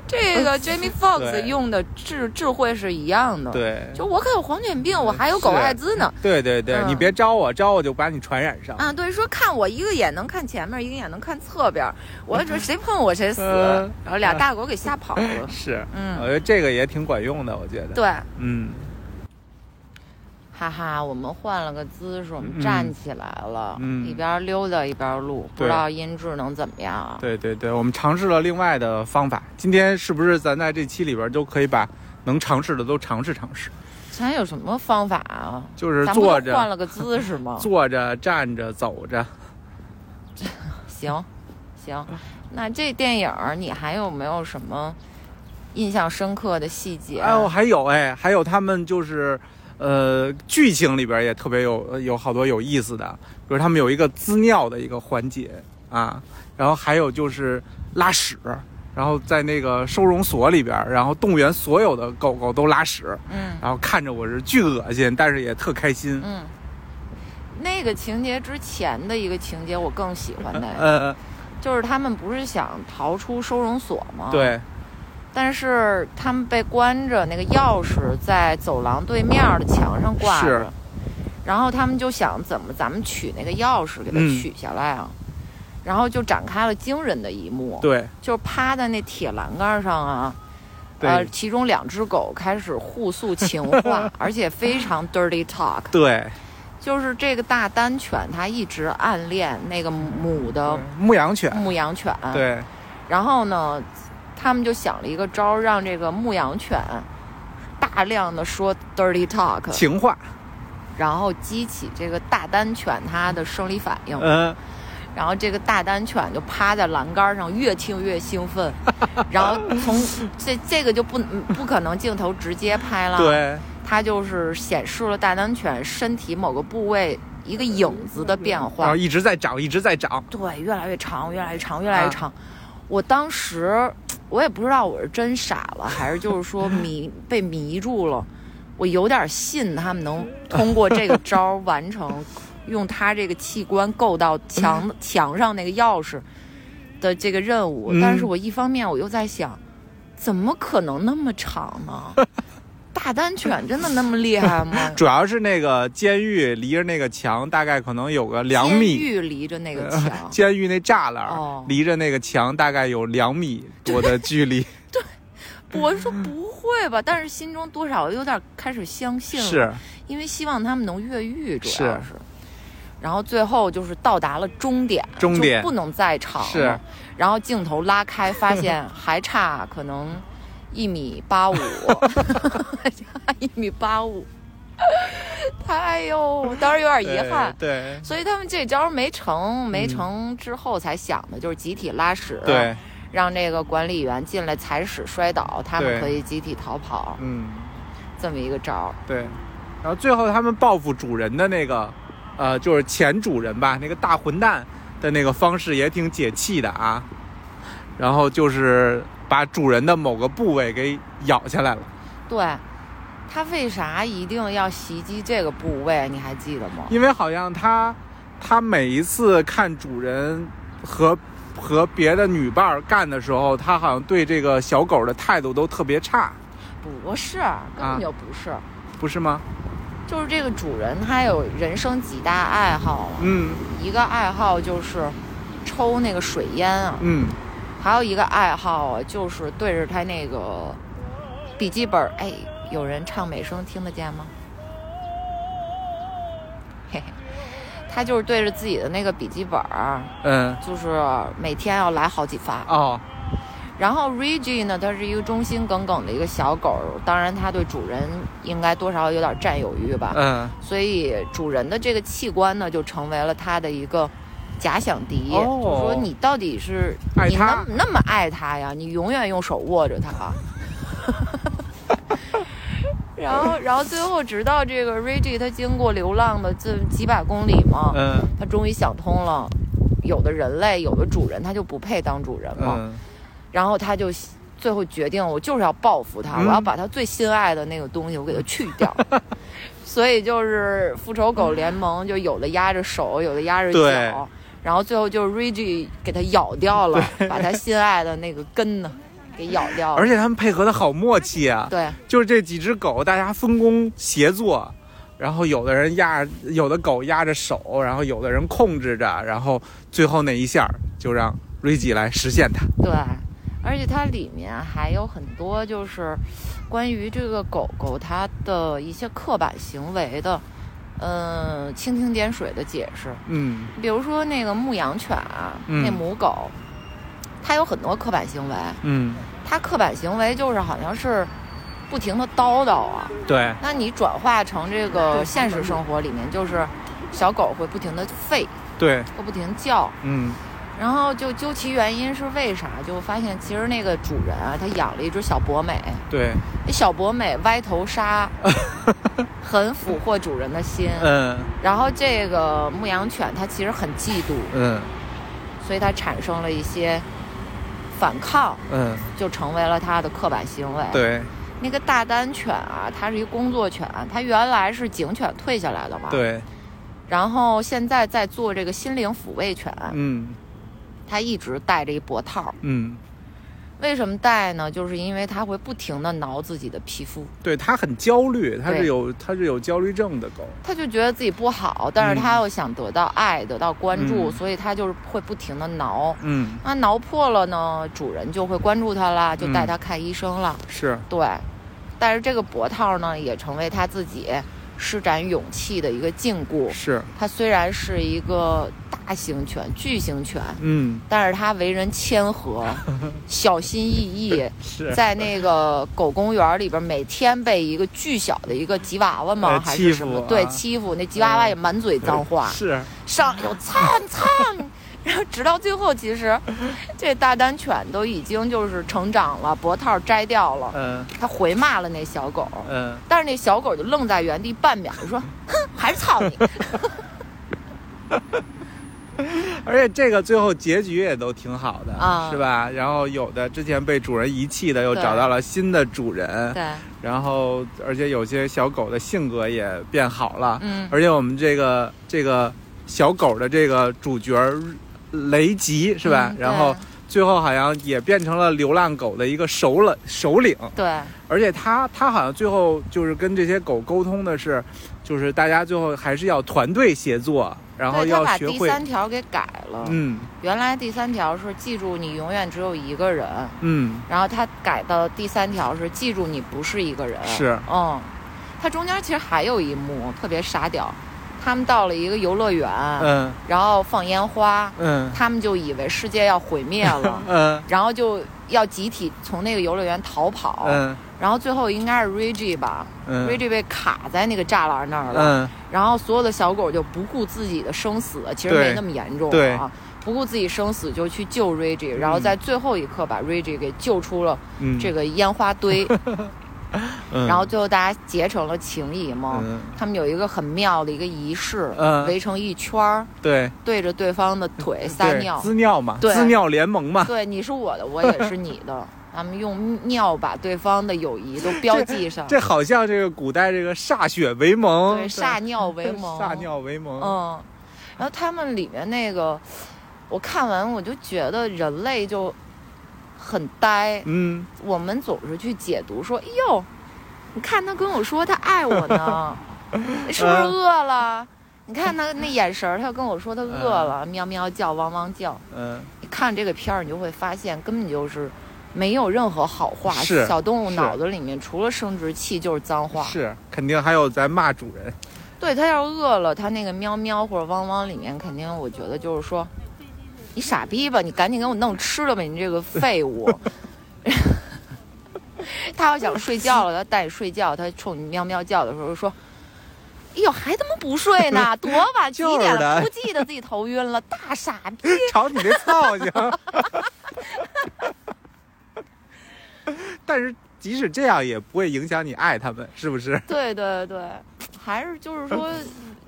S1: 这 个 Jamie Fox
S2: 对
S1: 用的智智慧是一样的，
S2: 对，
S1: 就我可有狂犬病，我还有狗
S2: 是
S1: 艾滋呢。
S2: 对对对，
S1: 嗯
S2: 你别招我，招我就把你传染上。
S1: 啊，对，说看我一个眼能看前面，一个眼能看侧边，我说谁碰我谁死，
S2: 嗯哎
S1: 然后俩大狗给吓跑了。
S2: 是，
S1: 嗯
S2: 我觉得这个也挺管用的，我觉得。，
S1: 对，
S2: 嗯，
S1: 哈哈，我们换了个姿势，我们
S2: 嗯
S1: 站起来了，
S2: 嗯
S1: 一边溜达一边录，不
S2: 对
S1: 知道音质能怎么样啊？
S2: 对对对，我们尝试了另外的方法。今天是不是咱在这期里边就可以把能尝试的都尝试尝试？
S1: 咱有什么方法啊？
S2: 就是
S1: 咱不
S2: 坐
S1: 就换
S2: 着、
S1: 了个姿势吗？
S2: 坐着、站着、走着。
S1: 行，行，
S2: 嗯
S1: 那这电影儿你还有没有什么印象深刻的细节？啊
S2: 哎，我还有哎，还有他们就是，呃，剧情里边也特别有呃有好多有意思的，比如他们有一个滋尿的一个环节啊，然后还有就是拉屎，然后在那个收容所里边，然后动物园所有的狗狗都拉屎，
S1: 嗯。
S2: 然后看着我是巨恶心，但是也特开心。
S1: 嗯，那个情节之前的一个情节，我更喜欢那个，
S2: 呃，
S1: 就是他们不是想逃出收容所吗？。
S2: 对，
S1: 但是他们被关着，那个钥匙在走廊对面的墙上挂
S2: 是
S1: 着。然后他们就想怎么咱们取那个钥匙给它
S2: 嗯
S1: 取下来啊，然后就展开了惊人的一幕，
S2: 对，
S1: 就是趴在那铁栏杆上啊，
S2: 对，
S1: 呃，其中两只狗开始互诉情 话，而且非常 dirty talk，
S2: 对，
S1: 就是这个大丹犬，它一直暗恋那个母的
S2: 牧羊犬，
S1: 牧羊犬。。
S2: 嗯对，
S1: 然后呢，他们就想了一个招儿，让这个牧羊犬大量的说 dirty talk，
S2: 情话，
S1: 然后激起这个大丹犬它的生理反应。
S2: 嗯，
S1: 然后这个大丹犬就趴在栏杆上，越听越兴 奋。然后从这这个就不不可能镜头直接拍了，，
S2: 对，
S1: 它就是显示了大丹犬身体某个部位一个影子的变化
S2: 然后。一直在长，一直在长，
S1: 对，越来越长，越来越长，越
S2: 嗯
S1: 来越长。我当时我也不知道我是真傻了，还是就是 说迷被迷住了。我有点信他们能通过 这个招儿完成，用他这个器官够到墙墙上那个钥匙的这个任务。
S2: 嗯
S1: 但是我一方面我又在想，怎么可能那么长 呢？大丹犬真的那么厉害吗？
S2: 主要是那个监狱离着那个墙大概可能有个 两
S1: 监
S2: 米，
S1: 狱离着那个
S2: 呃，
S1: 墙
S2: 监狱那栅栏、
S1: 哦
S2: 离着那个墙大概有两米多的距 离。
S1: 我说
S2: 嗯
S1: 不会吧，但是心中多少有点开始相信了，
S2: 是，
S1: 因为希望他们能越狱，主要是。然后最后就是到达了终点，
S2: 终点
S1: 就不能再长了。
S2: 是。
S1: 然后镜头拉开，发现还差可能 一米八五，一米八五。哎呦，当时有点遗憾。
S2: 对嗯
S1: 所以他们这招没成，没成之后才想的就是集体拉屎，
S2: 对，对，
S1: 让这个管理员进来踩屎摔倒，他
S2: 对
S1: 们可以集体逃跑，
S2: 嗯，
S1: 这么一个招儿。
S2: 对。然后最后他们报复主人的那个，呃，就是前主人吧，那个大混蛋的那个方式也挺解气的啊。然后就是把主人的某个部位给咬下来了，
S1: 对，他为啥一定要袭击这个部位？你还记得吗？
S2: 因为好像他他每一次看主人和和别的女伴儿干的时候，他好像对这个小狗的态度都特别差，
S1: 不是，根
S2: 啊
S1: 本就不是，
S2: 不是吗？
S1: 就是这个主人他有人生几大爱好啊，
S2: 嗯
S1: 一个爱好就是抽那个水烟啊，
S2: 嗯，
S1: 还有一个爱好啊，就是对着他那个笔记本儿，哎，有人唱美声听得见吗？ 嘿嘿，他就是对着自己的那个笔记本儿，啊
S2: 嗯，
S1: 就是每天要来好几发。
S2: 哦，
S1: 然后 Reggie 呢，它是一个忠心耿耿的一个小狗，当然它对主人应该多少有点占有欲吧，
S2: 嗯，
S1: 所以主人的这个器官呢，就成为了它的一个假想敌。
S2: 哦
S1: 就说你到底是
S2: 爱
S1: 你
S2: 它
S1: 那那么爱它呀？你永远用手握着它。 然后，然后最后，直到这个 Reggie 它经过流浪的这几百公里嘛，
S2: 嗯
S1: 它终于想通了，有的人类，有的主人，它就不配当主人嘛。
S2: 嗯，
S1: 然后他就最后决定，我就是要报复他，
S2: 嗯
S1: 我要把他最心爱的那个东西我给他去 掉。所以就是复仇狗联盟，就有的压着手，有的压着
S2: 对
S1: 脚，然后最后就是 Reggie 给他咬掉了，把他心爱的那个根呢给咬掉了。
S2: 而且他们配合的好默契啊，
S1: 对
S2: 就是这几只狗，大家分工协作，然后有的人压，有的狗压着手，然后有的人控制着，然后最后那一下儿就让瑞吉来实现它。
S1: 对，而且它里面还有很多就是关于这个狗狗它的一些刻板行为的，嗯、蜻蜓点水的解释。
S2: 嗯
S1: 比如说那个牧羊犬啊，
S2: 嗯
S1: 那母狗，它有很多刻板行为。
S2: 嗯，
S1: 它刻板行为就是好像是不停的叨叨啊。
S2: 对，
S1: 那你转化成这个现实生活里面，就是小狗会不停的吠，
S2: 对，
S1: 会不停地叫，
S2: 嗯
S1: 然后就究其原因是为啥，就发现其实那个主人啊，他养了一只小博美，
S2: 对，
S1: 那小博美歪头杀，很俘获主人的心。
S2: 嗯
S1: 然后这个牧羊犬它其实很嫉妒。
S2: 嗯
S1: 所以它产生了一些反抗，
S2: 嗯，
S1: 就成为了它的刻板行为。，
S2: 对
S1: 那个大丹犬啊，它是一工作犬，它原来是警犬退下来的嘛，，
S2: 对，
S1: 然后现在在做这个心灵抚慰犬，
S2: 嗯
S1: 它一直戴着一脖套，
S2: 嗯，
S1: 为什么戴呢？就是因为它会不停地挠自己的皮肤，
S2: 对，它很焦虑，它是
S1: 对
S2: 有它是有焦虑症的狗。
S1: 它就觉得自己不好，但是它
S2: 嗯
S1: 又想得到爱、得到关注，
S2: 嗯
S1: 所以它就是会不停地挠。
S2: 嗯，
S1: 那挠破了呢，主人就会关注它啦，就带
S2: 嗯
S1: 它看医生了。
S2: 是，
S1: 对，但是这个脖套呢，也成为他自己施展勇气的一个禁锢。
S2: 是，
S1: 它虽然是一个大型犬、巨型犬，
S2: 嗯，
S1: 但是它为人谦 和、小心翼翼，
S2: 是
S1: 在那个狗公园里边，每天被一个巨小的一个吉娃娃
S2: 呃
S1: 嘛，还
S2: 欺
S1: 是什么
S2: 负
S1: 对
S2: 啊哎
S1: 欺负那吉娃娃也满嘴脏话，
S2: 是，
S1: 上来就 蹭蹭。然后直到最后，其实这大丹犬都已经就是成长了，脖套摘掉了，
S2: 嗯
S1: 他回骂了那小狗，
S2: 嗯，
S1: 但是那小狗就愣在原地半秒，就说：“哼，还是操你
S2: 而且这个最后结局也都挺好的，
S1: 啊
S2: 是吧？然后有的之前被主人遗弃的，又
S1: 对
S2: 找到了新的主！”人，
S1: 对，
S2: 然后而且有些小狗的性格也变好了，
S1: 嗯，
S2: 而且我们这个这个小狗的这个主角儿雷吉是吧？
S1: 嗯
S2: 然后最后好像也变成了流浪狗的一个首领首领，
S1: 对
S2: 而且他他好像最后就是跟这些狗沟通的是，就是大家最后还是要团队协作，然后
S1: 对，他
S2: 要
S1: 把
S2: 学
S1: 第
S2: 会，
S1: 三条给改了。
S2: 嗯
S1: 原来第三条是记住你永远只有一个人，
S2: 嗯，
S1: 然后他改到第三条是记住你不是一个人。
S2: 是，
S1: 嗯，它中间其实还有一幕特别傻屌，他们到了一个游乐园，
S2: 嗯
S1: 然后放烟花，
S2: 嗯，
S1: 他们就以为世界要毁灭了
S2: 嗯
S1: 然后就要集体从那个游乐园逃跑，
S2: 嗯
S1: 然后最后应该是 Reggie 吧、
S2: 嗯
S1: r e g i e 被卡在那个栅栏那儿了，
S2: 嗯
S1: 然后所有的小狗就不顾自己的生死，其实
S2: 对
S1: 没那么严重
S2: 对
S1: 啊，不顾自己生死就去救 Reggie，然后
S2: 嗯
S1: 在最后一刻把 Reggie 给救出了
S2: 嗯，
S1: 这个烟花堆，
S2: 嗯，
S1: 然后最后大家结成了情谊嘛。
S2: 嗯
S1: 他们有一个很妙的一个仪式，
S2: 嗯
S1: 围成一圈儿，
S2: 对
S1: 对着对方的腿撒
S2: 对
S1: 尿。
S2: 滋尿嘛，
S1: 对
S2: 滋尿联盟嘛，
S1: 对，你是我的，我也是你 的。他们用尿把对方的友谊都标记上，
S2: 这好像这个古代这个歃血为盟，
S1: 对，歃尿为盟。
S2: 歃尿为盟，
S1: 嗯，然后他们里面那个，我看完我就觉得人类就很呆，
S2: 嗯
S1: 我们总是去解读说，哎呦，你看他跟我说他爱我 呢，是不是饿
S2: 嗯
S1: 了？你看他那眼神儿，他跟我说他饿了，喵喵叫，汪汪叫。
S2: 嗯
S1: 你看这个片儿，你就会发现根本就是没有任何好话。
S2: 是
S1: 小动物
S2: 是
S1: 脑子里面除了生殖器就是脏话。
S2: 是肯定还有咱骂主人，
S1: 对，它要是饿了，它那个喵喵或者汪汪里面肯定，我觉得就是说，你傻逼吧，你赶紧给我弄吃了吧，你这个废物。 它要想睡觉了，它带你睡觉，它冲你喵喵叫的时候说。哎呦，还他妈不睡呢？多 晚几
S2: 就是
S1: 点
S2: 的
S1: 了？不记得自己头晕了，大傻逼！
S2: 瞧你这操性。 但是即使这样，也不会影响你爱他们，是不是？
S1: 对对对，还是就是说，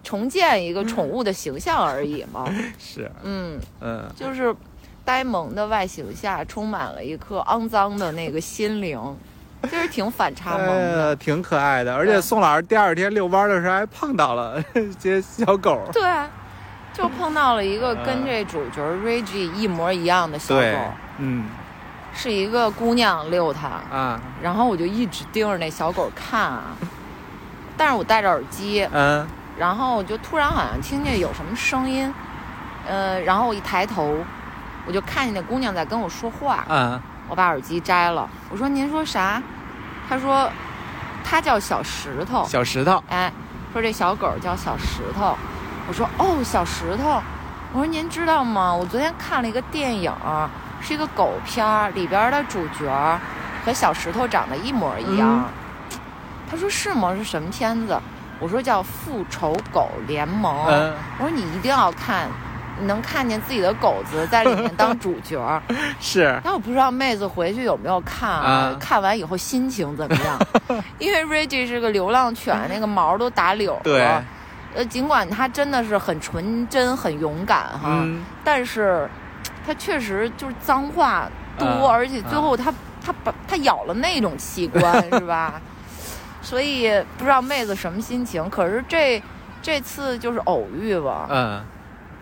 S1: 重建一个宠物的形象而已嘛。
S2: 是，
S1: 嗯，
S2: 嗯
S1: 就是呆萌的外形下，充满了一颗肮脏的那个心灵，就是挺反差萌的。
S2: 呃，挺可爱的。而且
S1: 对
S2: 宋老师第二天遛弯的时候还碰到了 这小狗，
S1: 对，啊就碰到了一个跟这主角 Reggie 一模一样的小
S2: 对
S1: 狗，，
S2: 嗯
S1: 是一个姑娘遛它，
S2: 啊，
S1: 然后我就一直盯着那小狗看啊。但是我戴着耳机，
S2: 嗯
S1: 然后我就突然好像听见有什么声音，呃，然后我一抬头，我就看见那姑娘在跟我说话。
S2: 啊，
S1: 我把耳机摘了，我说您说啥？他说他叫小石头，
S2: 小石头，
S1: 哎，说这小狗叫小石头。我说哦，小石头。我说您知道吗？我昨天看了一个电影，是一个狗片儿，里边的主角和小石头长得一模一样。
S2: 嗯
S1: 他说是吗？是什么片子？我说叫《复仇狗联盟》。
S2: 嗯，
S1: 我说你一定要看，你能看见自己的狗子在里面当主角。
S2: 是，
S1: 但我不知道妹子回去有没有看
S2: 啊
S1: 看完以后心情怎么 样？因为 Reggie 是个流浪犬，那个毛都打绺了。
S2: 对，
S1: 呃，尽管它真的是很纯真、很勇敢哈，
S2: 嗯，
S1: 但是它确实就是脏话多，
S2: 啊
S1: 而且最后它、它把它咬了那种器 官是吧？所以不知道妹子什么心情。可是这这次就是偶遇吧，
S2: 嗯，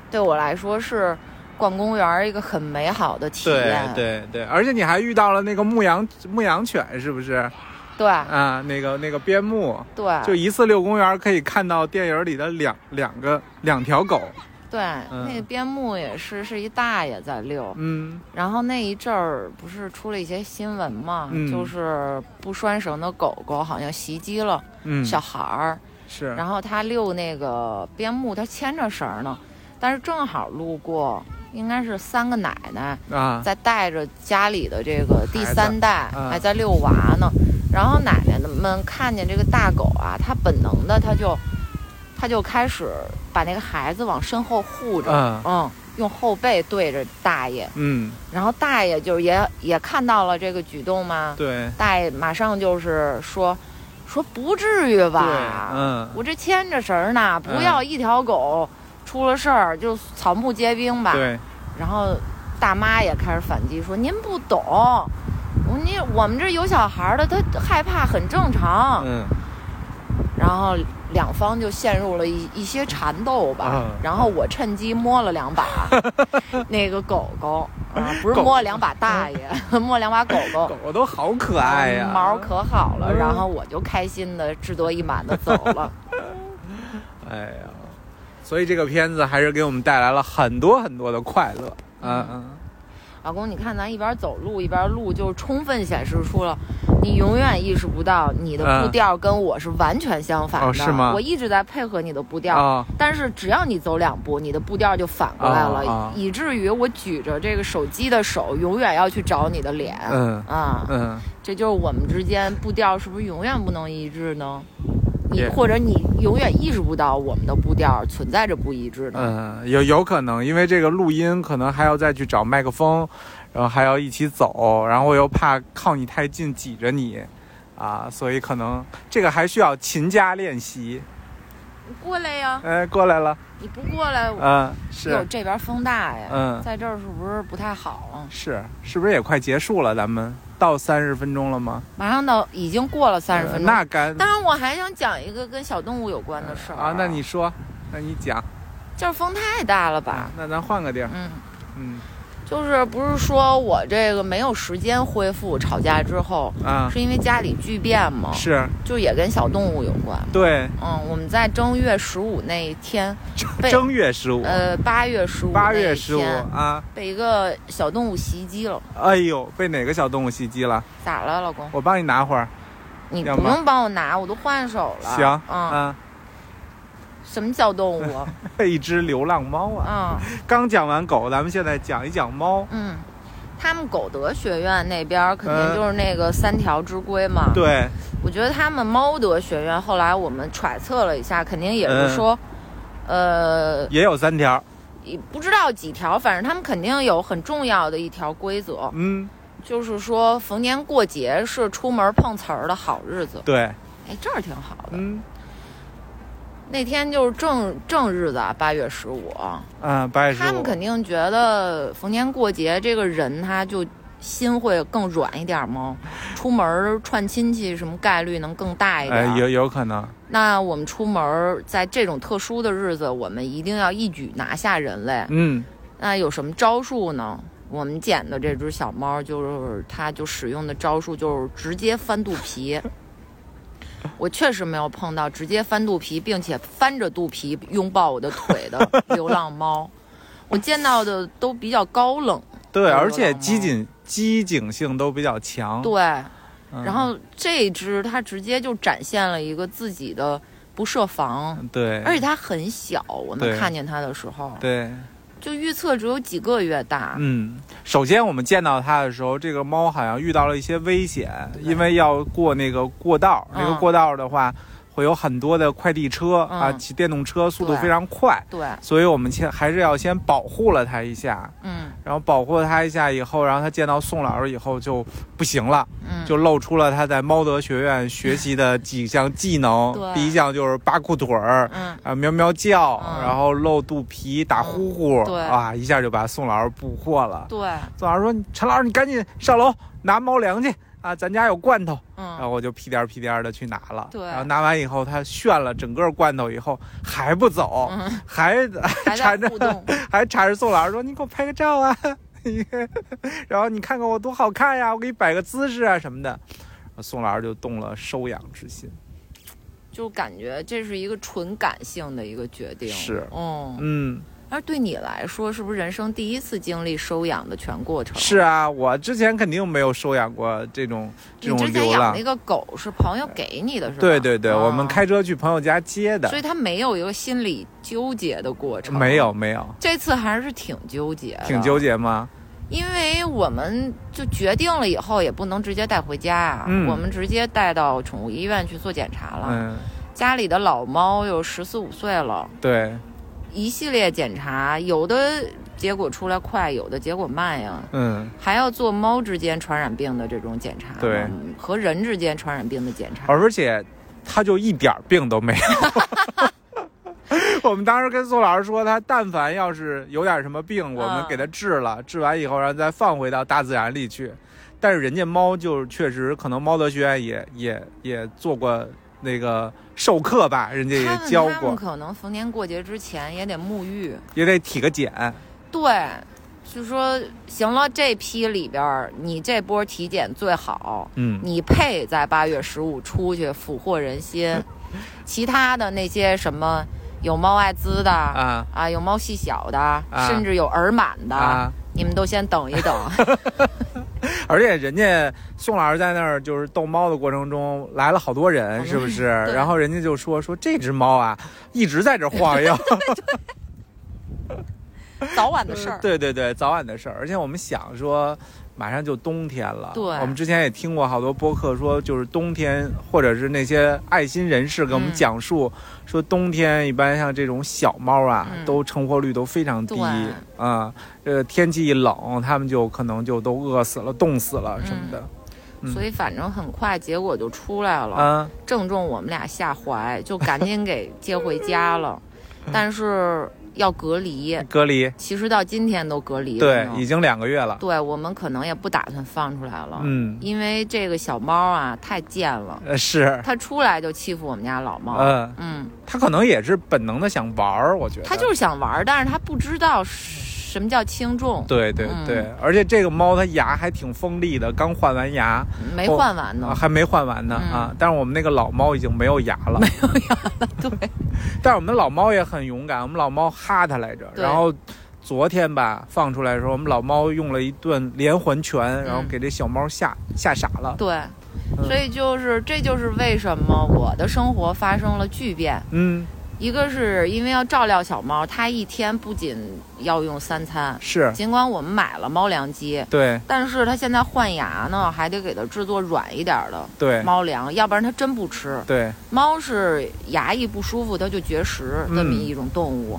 S1: 对我来说是逛公园儿一个很美好的体验
S2: 对。对对，而且你还遇到了那个牧羊牧羊犬，是不是？
S1: 对
S2: 啊，那个那个边牧，
S1: 对，
S2: 就一次遛公园可以看到电影里的两两个两条狗，
S1: 对，
S2: 嗯
S1: 那个边牧也是是一大爷在遛，
S2: 嗯
S1: 然后那一阵儿不是出了一些新闻嘛，
S2: 嗯
S1: 就是不拴绳的狗狗好像袭击了
S2: 嗯，
S1: 小孩儿，
S2: 是，
S1: 然后他遛那个边牧，他牵着绳儿呢，但是正好路过，应该是三个奶奶
S2: 啊，
S1: 在带着家里的这个第三代
S2: 孩子嗯
S1: 还在遛娃呢，然后奶奶们看见这个大狗啊，它本能的它就它就开始把那个孩子往身后护着。
S2: 嗯
S1: 嗯，用后背对着大爷，
S2: 嗯，
S1: 然后大爷就是也也看到了这个举动吗？
S2: 对
S1: 大爷马上就是说，说不至于
S2: 对，
S1: 吧，
S2: 嗯，
S1: 我这牵着绳儿呢，不
S2: 嗯
S1: 要一条狗出了事儿就草木皆兵吧。
S2: 对，
S1: 然后大妈也开始反击说，您不懂，我您我们这有小孩儿的，他害怕很正常。
S2: 嗯
S1: 然后两方就陷入了一一些缠斗吧。
S2: 嗯
S1: 然后我趁机摸了两 把那个狗狗，啊，不是
S2: 狗嗯
S1: 摸了两把大爷， 摸两把狗狗。嗯
S2: 狗都好可爱呀，
S1: 毛可好了，
S2: 嗯
S1: 然后我就开心的志得意满的走 了。
S2: 哎呀，所以这个片子还是给我们带来了很多很多的快乐，嗯
S1: 嗯
S2: 嗯，
S1: 老公，你看咱一边走路一边录，就充分显示出了你永远意识不到你的步
S2: 嗯
S1: 调跟我是完全相反的。
S2: 哦是吗
S1: 我一直在配合你的步调，
S2: 啊
S1: 但是只要你走两步，你的步调就反过来了，
S2: 啊啊
S1: 以至于我举着这个手机的手永远要去找你的脸。
S2: 嗯
S1: 啊，
S2: 嗯，
S1: 这就是我们之间步调是不是永远不能一致呢？你
S2: 也
S1: 或者你永远意识不到我们的步调存在着不一致呢？
S2: 嗯，有有可能，因为这个录音可能还要再去找麦克风，然后还要一起走，然后我又怕靠你太近挤着你，啊，所以可能这个还需要勤加练习。嗯
S1: 你过来呀，
S2: 哎，过来了，
S1: 你不过来，我
S2: 嗯，
S1: 哟
S2: 是，
S1: 这边风大呀，
S2: 嗯，
S1: 在这儿是不是不太好啊？
S2: 是，是不是也快结束了？咱们到三十分钟了吗？
S1: 马上到已经过了三十分
S2: 呃
S1: 钟，
S2: 那干
S1: 当然我还想讲一个跟小动物有关的事儿
S2: 啊，那你说，那你讲
S1: 就是风太大了吧
S2: 啊？，那咱换个地儿，
S1: 嗯。
S2: 嗯
S1: 就是不是说我这个没有时间恢复吵架之后，
S2: 啊，
S1: 是因为家里巨变吗？
S2: 是
S1: 就也跟小动物有关。
S2: 对，
S1: 嗯，我们在正月十五那一天，被
S2: 正月十五，
S1: 呃八月十五，
S2: 八月十五啊，
S1: 被一个小动物袭击了，
S2: 哎呦，被哪个小动物袭击了？
S1: 咋了，老公？
S2: 我帮你拿会儿。
S1: 你
S2: 要
S1: 不
S2: 吗
S1: 用帮我拿，我都换手了。
S2: 行，
S1: 嗯，
S2: 啊，
S1: 什么小动物？啊
S2: 一只流浪猫啊！
S1: 嗯
S2: 刚讲完狗，咱们现在讲一讲猫。
S1: 嗯，他们狗德学院那边儿肯定
S2: 嗯
S1: 就是那个三条之规嘛。
S2: 对，
S1: 我觉得他们猫德学院后来我们揣测了一下，肯定也是说，呃，
S2: 也有三条。
S1: 也不知道几条，反正他们肯定有很重要的一条规则，
S2: 嗯，
S1: 就是说逢年过节是出门碰瓷儿的好日子。
S2: 对，
S1: 哎，这儿挺好的。
S2: 嗯，
S1: 那天就是正正日子啊，八月十五，
S2: 啊，八月十
S1: 他们
S2: 五。
S1: 肯定觉得逢年过节这个人他就。心会更软一点儿吗？出门串亲戚什么概率能更大一点啊
S2: 哎
S1: 儿？，
S2: 有有可能。
S1: 那我们出门儿在这种特殊的日子，我们一定要一举拿下人类。
S2: 嗯，
S1: 那有什么招数呢？我们捡的这只小猫，就是它就使用的招数就是直接翻肚皮。我确实没有碰到直接翻肚皮，并且翻着肚皮拥抱我的腿的 流浪猫。我见到的都比较高冷，
S2: 对，
S1: 有
S2: 而
S1: 流
S2: 且
S1: 浪
S2: 机
S1: 猫
S2: 警机警性都比较强。
S1: 对。
S2: 嗯
S1: 然后这只它直接就展现了一个自己的不设防，
S2: 对，
S1: 而且它很小，我们
S2: 对
S1: 看见它的时候，
S2: 对，
S1: 就预测只有几个月大。
S2: 嗯，首先我们见到它的时候，这个猫好像遇到了一些危险，因为要过那个过道，那个
S1: 嗯
S2: 过道的话会有很多的快递车、啊，
S1: 嗯
S2: 骑电动车速度
S1: 对
S2: 非常快。
S1: 对，
S2: 所以我们先还是要先保护了它一下，
S1: 嗯
S2: 然后保护了它一下以后，然后它见到宋老师以后就不行了，
S1: 嗯，
S2: 就露出了他在猫德学院学习的几项技能。
S1: 对
S2: 第一项就是扒裤腿儿。
S1: 嗯
S2: 啊，喵喵叫，
S1: 嗯
S2: 然后露肚皮、打呼呼，
S1: 对
S2: 啊，一下就把宋老师捕获了。
S1: 对，
S2: 宋老师说：“陈老师，你赶紧上楼拿猫粮去啊，咱家有罐头。”然后
S1: 嗯
S2: 我就屁颠儿屁颠儿的去拿了。
S1: 对
S2: 然后拿完以后，他炫了整个罐头以后还不走，
S1: 嗯，
S2: 还
S1: 还在
S2: 缠着
S1: 互动，
S2: 还缠着宋老师说：“你给我拍个照啊！” 然后你看看我多好看呀，我给你摆个姿势啊什么的。宋老师就动了收养之心。
S1: 就感觉这是一个纯感性的一个决定。
S2: 是
S1: 嗯，
S2: 嗯，
S1: 而对你来说，是不是人生第一次经历收养的全过程？
S2: 是啊，我之前肯定没有收养过这种这
S1: 你
S2: 种
S1: 之前
S2: 流
S1: 养
S2: 浪
S1: 那。个狗是朋友给你的，是吧？
S2: 对对对，
S1: 哦
S2: 我们，开车去朋友家接的
S1: 所，以它没有一个心理纠结的过程。
S2: 没，有没有，
S1: 这次还是挺纠结，
S2: 挺纠。结吗？
S1: 因为我们就决定了以后也不能直接带回家啊，
S2: 嗯
S1: 我们直接带到宠物医院去做检查了。
S2: 嗯，
S1: 家里的老猫有十四五岁了，
S2: 对，
S1: 一系列检查，有的结果出来快，有的结果慢呀，
S2: 嗯，
S1: 还要做猫之间传染病的这种检查，
S2: 对
S1: 嗯，和人之间传染病的检查。
S2: 而且他就一点儿病都没有。 我们当时跟宋老师说，他但凡要是有点什么病，我们给他治了，
S1: 嗯
S2: 治完以后，然后再放回到大自然里去。但是人家猫就是确实，可能猫德学院也也也做过那个授课吧，人家
S1: 他
S2: 也
S1: 们
S2: 教
S1: 他们
S2: 过，
S1: 可能逢年过节之前也得沐浴，
S2: 也得体个检。
S1: 对，就说行了，这批里边儿你这波体检最好，
S2: 嗯，
S1: 你配 在八月十五出去俘获人心，其他的那些什么有猫艾滋的
S2: 啊
S1: 啊，有猫细小的，甚至有耳螨的，
S2: 啊，
S1: 你们都先等一 等。
S2: 而且人家宋老师在那儿就是逗猫的过程中来了好多人，是不是？
S1: 对
S2: 然后人家就说说这只猫啊一直在这儿 晃悠，
S1: 早晚的事儿。
S2: 对对对，早晚的事儿。而且我们想说，马上就冬天了。
S1: 对
S2: 我们之前也听过好多播客说，就是冬天，或者是那些爱心人士给我们
S1: 嗯
S2: 讲述、说，冬天一般像这种小猫啊，
S1: 嗯
S2: 都成活率都非常低
S1: 对
S2: 啊、这天气一冷，它们就可能就都饿死了、冻死了什么的。嗯
S1: 所以反正很快结果就出来了，
S2: 啊
S1: 正中我们俩下怀，就赶紧给接回家了，
S2: 嗯
S1: 但是要隔离，
S2: 隔离，
S1: 其实到今天都隔离了
S2: 对
S1: 呢。，
S2: 已经两个月了。
S1: 对我们可能也不打算放出来了，
S2: 嗯，
S1: 因为这个小猫啊太贱了，
S2: 呃是，
S1: 它出来就欺负我们家老猫。
S2: 嗯，
S1: 嗯，
S2: 它可能也是本能的想玩儿，我觉得。
S1: 它就是想玩儿，但是它不知道什么叫轻重，
S2: 对对
S1: 嗯
S2: 对，而且这个猫它牙还挺锋利的，刚换完牙，
S1: 没换完呢
S2: 啊、。还没换完呢、
S1: 嗯
S2: 啊！但是我们那个老猫已经没有牙了，没有牙了，
S1: 对。
S2: 但是我们老猫也很勇敢，我们老猫哈它来着，
S1: 对
S2: 然后昨天吧放出来的时候，我们老猫用了一顿连环拳，然后给这小猫吓、吓傻了。
S1: 对，
S2: 嗯
S1: 所以就是这就是为什么我的生活发生了巨变。
S2: 嗯，
S1: 一个是因为要照料小猫，它一天不仅要用三餐，
S2: 是
S1: 尽管我们买了猫粮机，
S2: 对
S1: 但是它现在换牙呢，还得给它制作软一点儿的
S2: 对
S1: 猫粮，要不然它真不吃。
S2: 对，
S1: 猫是牙一不舒服它就绝食这么
S2: 嗯
S1: 一种动物，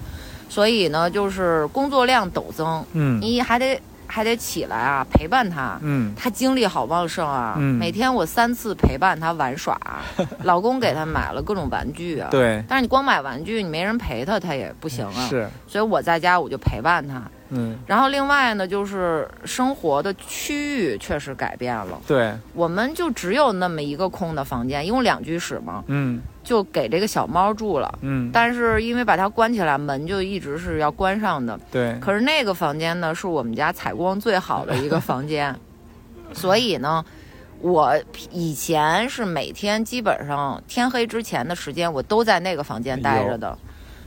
S1: 所以呢，就是工作量陡增，
S2: 嗯
S1: 你还得还得起来啊陪伴它。
S2: 嗯
S1: 它精力好旺盛啊！
S2: 嗯
S1: 每天我三次陪伴它玩耍，啊 老公给它买了各种玩具啊。
S2: 对
S1: 但是你光买玩具，你没人陪它，它也不行啊。
S2: 是
S1: 所以我在家我就陪伴它。
S2: 嗯
S1: 然后另外呢，就是生活的区域确实改变了，
S2: 对
S1: 我们就只有那么一个空的房间，一共两居室嘛，
S2: 嗯
S1: 就给这个小猫住了。
S2: 嗯
S1: 但是因为把它关起来，门就一直是要关上的。
S2: 对
S1: 可是那个房间呢，是我们家采光最好的一个房 间，所以呢，我以前是每天基本上天黑之前的时间，我都在那个房间待
S2: 哎
S1: 着的。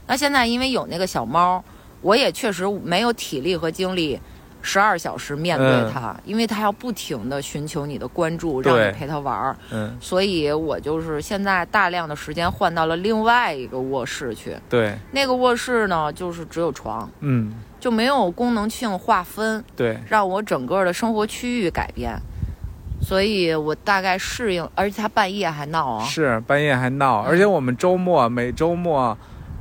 S1: 那现在因为有那个小猫，我也确实没有体力和精力。十二小时面对
S2: 嗯
S1: 它，因为它要不停的寻求你的关注，
S2: 对
S1: 让你陪它玩儿，
S2: 嗯
S1: 所以我就是现在大量的时间换到了另外一个卧室去。
S2: 对
S1: 那个卧室呢，就是只有床，
S2: 嗯
S1: 就没有功能性划分，
S2: 对
S1: 让我整个的生活区域改变，所以我大概适应，而且他半夜还闹啊，
S2: 是半夜还
S1: 嗯
S2: 闹，而且我们周末每周末，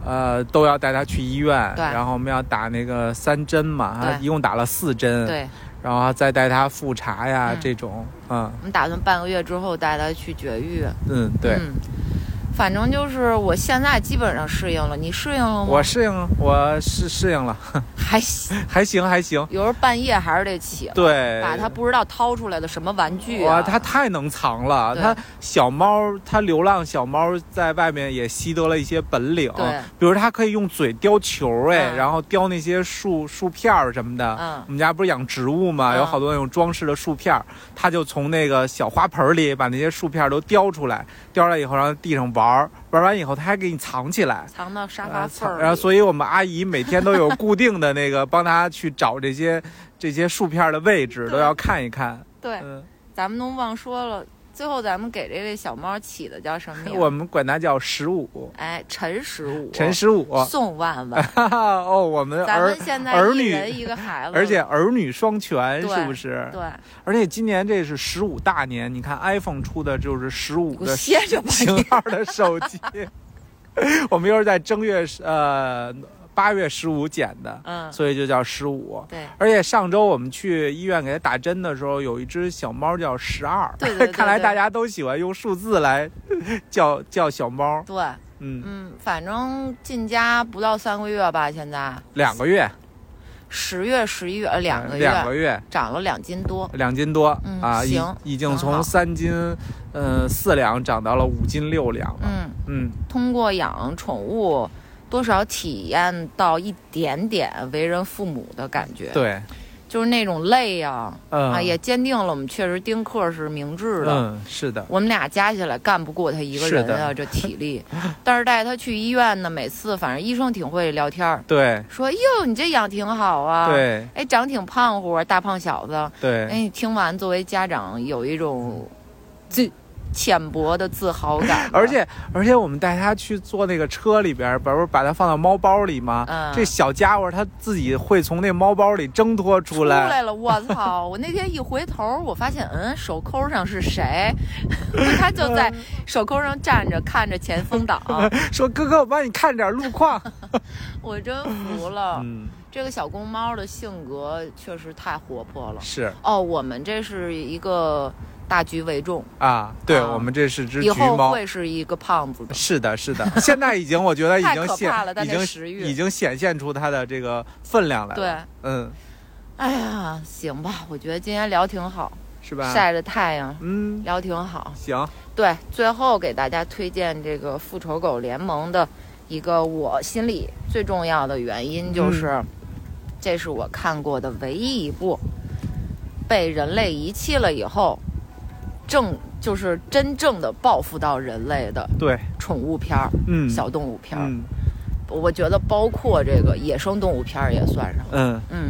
S2: 呃，都要带它去医院，
S1: 对
S2: 然后我们要打那个三针嘛，
S1: 对
S2: 它一共打了四针，，
S1: 对
S2: 然后再带它复查呀、
S1: 嗯
S2: 这种，嗯
S1: 我们打算半个月之后带他去绝育，
S2: 嗯，对、
S1: 嗯，反正就是我现在基本上适应了，你适应了吗？
S2: 我适应了，我适适应了，
S1: 还行，
S2: 还行还行，
S1: 有时候半夜还是得起，
S2: 对，
S1: 把他不知道掏出来的什么玩具啊，
S2: 哎哇，它太能藏了！
S1: 对
S2: 它小猫，它流浪小猫在外面也习得了一些本领，
S1: 对
S2: 比如它可以用嘴叼球，哎、
S1: 嗯
S2: 然后叼那些树树片儿什么的。
S1: 嗯
S2: 我们家不是养植物嘛，
S1: 嗯
S2: 有好多那种装饰的树片儿，它就从那个小花盆里把那些树片儿都叼出来，叼出来以后，然后地上玩儿，玩完以后它还给你藏起来。
S1: 藏到沙发
S2: 呃
S1: 缝儿
S2: 藏
S1: 里，
S2: 然后，所以我们阿姨每天都有固定的那个帮她去找这些这些树片儿的位置，
S1: 对
S2: 都要看一看。
S1: 对，
S2: 嗯，
S1: 咱们都忘说了，最后咱们给这位小猫起的叫什么名？
S2: 我们管它叫十五，
S1: 哎，陈十五，
S2: 陈 十五。
S1: 宋万 万，
S2: 哈哈，哦，我们
S1: 咱
S2: 儿
S1: 们，现在
S2: 儿
S1: 一
S2: 女
S1: 人一个孩子，
S2: 而且儿女双全，
S1: 对
S2: 是不是？
S1: 对，
S2: 而且今年这是十五大年，你看 iPhone 出的就是十五
S1: 我
S2: 的
S1: 歇着吧
S2: 型号的手 机。我们又是在正月十呃八月十五剪的，
S1: 嗯，
S2: 所以就叫十五。
S1: 对，
S2: 而且上周我们去医院给它打针的时候，有一只小猫叫十二。
S1: 对对对对
S2: 看来大家都喜欢用数字来叫叫小猫。
S1: 对，
S2: 嗯，
S1: 嗯，反正进家不到三个月吧，现在
S2: 两个月，
S1: 十月、十一月呃两个月，
S2: 两个月，
S1: 长了两斤多，
S2: 两斤多、
S1: 嗯
S2: 啊，已
S1: 行
S2: 已经
S1: 很好
S2: 从三斤，呃，四两涨到了五斤六两了。
S1: 嗯，
S2: 嗯，
S1: 通过养宠物。多少体验到一点点为人父母的感觉，
S2: 对，
S1: 就是那种累呀、
S2: 嗯
S1: 啊，也坚定了我们确实丁克是明智的。
S2: 嗯，是的，
S1: 我们俩加起来干不过他一个人啊，这体力。 但是带他去医院呢，每次反正医生挺会聊天儿，
S2: 对
S1: 说：“哟，你这养挺好啊，，
S2: 对
S1: 哎，长挺胖乎啊，大胖小子。”哎，
S2: 对，，
S1: 你听完作为家长有一种自浅薄的自豪感
S2: 而。且而且我们带他去坐那个车里边儿，不是把它放到猫包里吗？
S1: 嗯
S2: 这小家伙他自己会从那猫包里挣脱出
S1: 出
S2: 来，
S1: 了，我操！我那天一回头，我发现，嗯，手抠上是谁？ 他就在手抠上站着，看着前风 挡，
S2: 说哥哥，我帮你看点路 况。
S1: 我 真服了。
S2: 嗯，
S1: 这个小公猫的性格确实太活泼了。
S2: 是
S1: 哦，我们这是一个大局为重，
S2: 啊，对
S1: 啊
S2: 我们这是只
S1: 以
S2: 橘
S1: 后
S2: 猫。
S1: 会是一个胖子的。
S2: 是的， 是的，现在已经我觉得已
S1: 太
S2: 经
S1: 可
S2: 显
S1: 怕了但
S2: 已
S1: 这
S2: 经
S1: 食欲
S2: 已经显现出它的这个分量来了。
S1: 对，
S2: 嗯，
S1: 哎呀，行吧，我觉得今天聊挺好，
S2: 是吧？
S1: 晒着太阳
S2: 嗯，
S1: 聊挺好。
S2: 行，
S1: 对，最后给大家推荐这个《复仇狗联盟》的一个我心里最重要的原因就是，这是我看过的唯一一部被人类遗弃了以后，正就是真正的报复到人类的
S2: 对，
S1: 宠物片儿、
S2: 嗯，
S1: 小动物片儿。
S2: 嗯
S1: 我觉得包括这个野生动物片儿也算上。
S2: 嗯
S1: 嗯，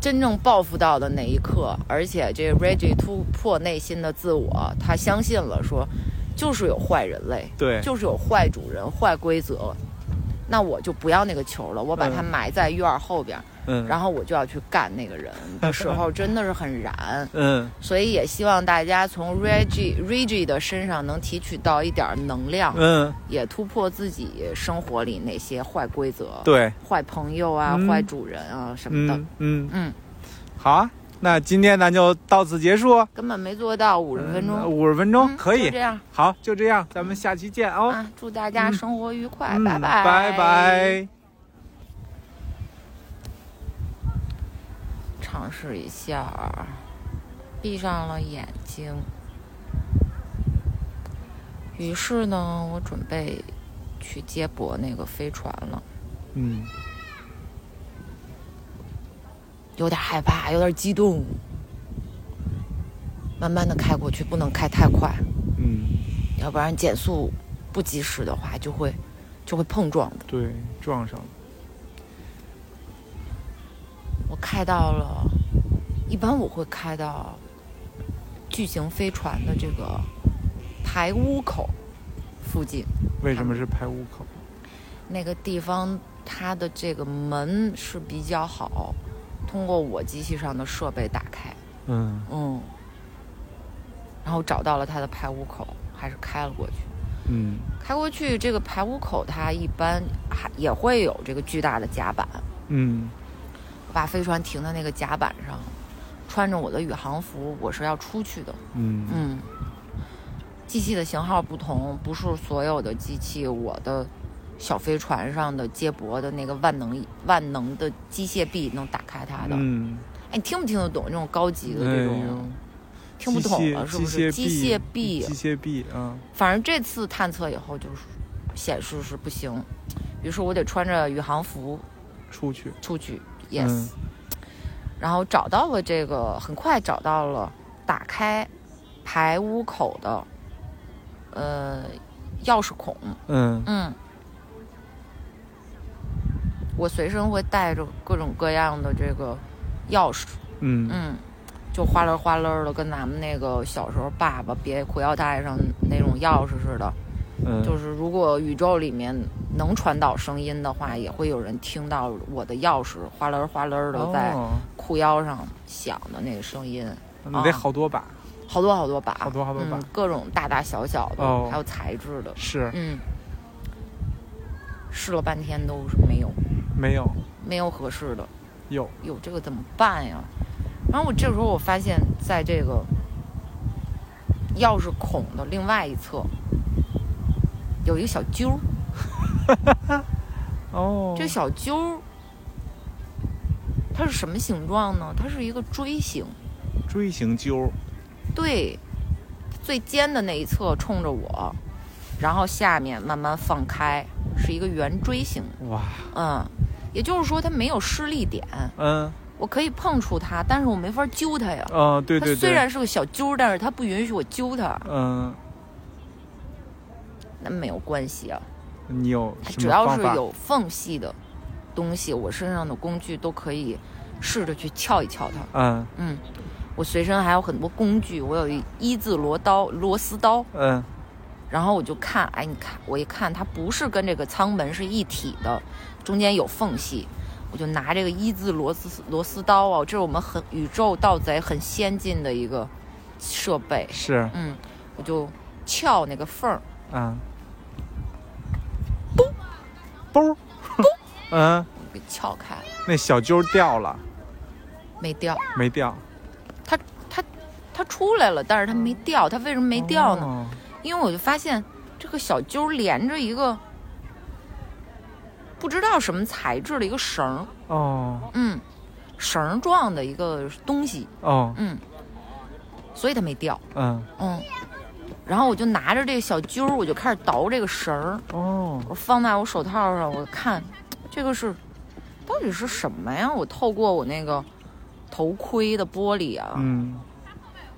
S1: 真正报复到的那一刻，而且这 Reggie 突破内心的自我，他相信了说，就是有坏人类，
S2: 对，
S1: 就是有坏主人、坏规则，那我就不要那个球了，我把它
S2: 嗯
S1: 埋在院儿后边儿，
S2: 嗯，
S1: 然
S2: 后
S1: 后我就要去干那 个人。的时候真的是很燃，
S2: 嗯
S1: 所以也希望大家从 Reggie Reggie 的身上能提取到一点儿能量，
S2: 嗯，
S1: 也突破自己生活里那些坏规则、
S2: 对，
S1: 坏朋友啊、
S2: 嗯
S1: 坏主人啊什么的。
S2: 嗯嗯
S1: 嗯，
S2: 好啊，那今天咱就到此结束，
S1: 根本没做到五十分钟，
S2: 嗯五十分钟
S1: 嗯
S2: 可
S1: 就
S2: 以
S1: 这，样
S2: 好，就这样，咱们下期见哦，
S1: 啊！祝大家
S2: 嗯
S1: 生活愉快，
S2: 嗯，
S1: 拜拜，
S2: 拜拜。
S1: 尝试一下儿，闭上了眼睛。于是呢，我准备去接驳那个飞船了，
S2: 嗯，
S1: 有点害怕，有点激动。慢慢的开过去，不能开太快，
S2: 嗯，
S1: 要不然减速不及时的话，就会就会碰撞的。
S2: 对，撞上了，
S1: 我开到了，一般我会开到巨型飞船的这个排污口附近。
S2: 为什么
S1: 嗯
S2: 是排污口？
S1: 那个地方它的这个门是比较好，通过我机器上的设备打开，
S2: 嗯
S1: 嗯，然后找到了它的排污口，还是开了过去。
S2: 嗯
S1: 开过去这个排污口，它一般还也会有这个巨大的甲板，
S2: 嗯
S1: 我把飞船停在那个甲板上，穿着我的宇航服，我是要出去的，
S2: 嗯
S1: 嗯。机器的型号不同，不是所有的机器，我的小飞船上的接驳的那个万能万能的机械臂能打开它的。
S2: 嗯，
S1: 哎，你听不听得懂这种高级的
S2: 哎
S1: 这
S2: 呦
S1: 种？。听不懂了是不是？
S2: 机
S1: 机
S2: 械
S1: 械
S2: 臂，
S1: 臂，
S2: 机械臂啊，
S1: 反正这次探测以后就是显示是不行，于是我得穿着宇航服
S2: 出去。
S1: 出去。Yes，、然后找到了这个，很快找到了打开排污口的呃钥匙孔。
S2: 嗯
S1: 嗯，我随身会带着各种各样的这个钥匙，
S2: 嗯嗯
S1: 嗯，就哗啦哗啦的，跟咱们那个小时候爸爸别裤腰带上那种钥匙似的。
S2: 嗯，
S1: 就是如果宇宙里面能传导声音的话，也会有人听到我的钥匙哗啦哗啦的在啊
S2: 哦，
S1: 裤腰上响的那个声音，
S2: 那得好多把。
S1: 好多好多把，
S2: 好多好多把
S1: 嗯，各种大大小小的，
S2: 哦
S1: 还有材质的，
S2: 是
S1: 嗯，试了半天都是没有，
S2: 没有
S1: 没有合适的，
S2: 有
S1: 有这个怎么办呀？然后我这时候我发现，在这个钥匙孔的另外一侧有一个小揪儿，
S2: 哦，
S1: 这小揪儿它是什么形状呢？它是一个锥形，
S2: 锥形揪，
S1: 对，最尖的那一侧冲着我，然后下面慢慢放开，是一个圆锥形。
S2: 哇，
S1: 嗯，也就是说它没有施力点，
S2: 嗯
S1: 我可以碰触它，但是我没法揪它呀。
S2: 嗯、对对
S1: 它虽
S2: 对，
S1: 然是个小揪，但是它不允许我揪它，
S2: 嗯、
S1: 那没有关系啊。
S2: 你有
S1: 它
S2: 什
S1: 只
S2: 么
S1: 要
S2: 方
S1: 是
S2: 法？
S1: 有缝隙的东西，我身上的工具都可以试着去撬一撬它。
S2: 嗯
S1: 嗯，我随身还有很多工具，我有一字螺刀、螺丝刀，
S2: 嗯
S1: 然后我就看，哎，你看，我一看它不是跟这个舱门是一体的，中间有缝隙，我就拿这个一字螺丝螺丝刀啊，这是我们很宇宙盗贼很先进的一个设备，
S2: 是
S1: 嗯，我就撬那个缝儿，
S2: 嗯，嘣嘣 嗯，
S1: 给撬开了，
S2: 那小揪掉了
S1: 没掉，
S2: 没掉？
S1: 它出来了，但是它没掉，它为什么没掉呢？
S2: 哦
S1: 因为我就发现这个小揪连着一个不知道什么材质的一个绳儿，
S2: 哦
S1: 嗯，绳儿状的一个东西，
S2: 哦
S1: 嗯，所以它没掉，
S2: 嗯
S1: 嗯。然后我就拿着这个小揪儿，我就开始倒这个绳儿，
S2: 哦
S1: 我放在我手套上，我看这个是到底是什么呀？我透过我那个头盔的玻璃啊，
S2: 嗯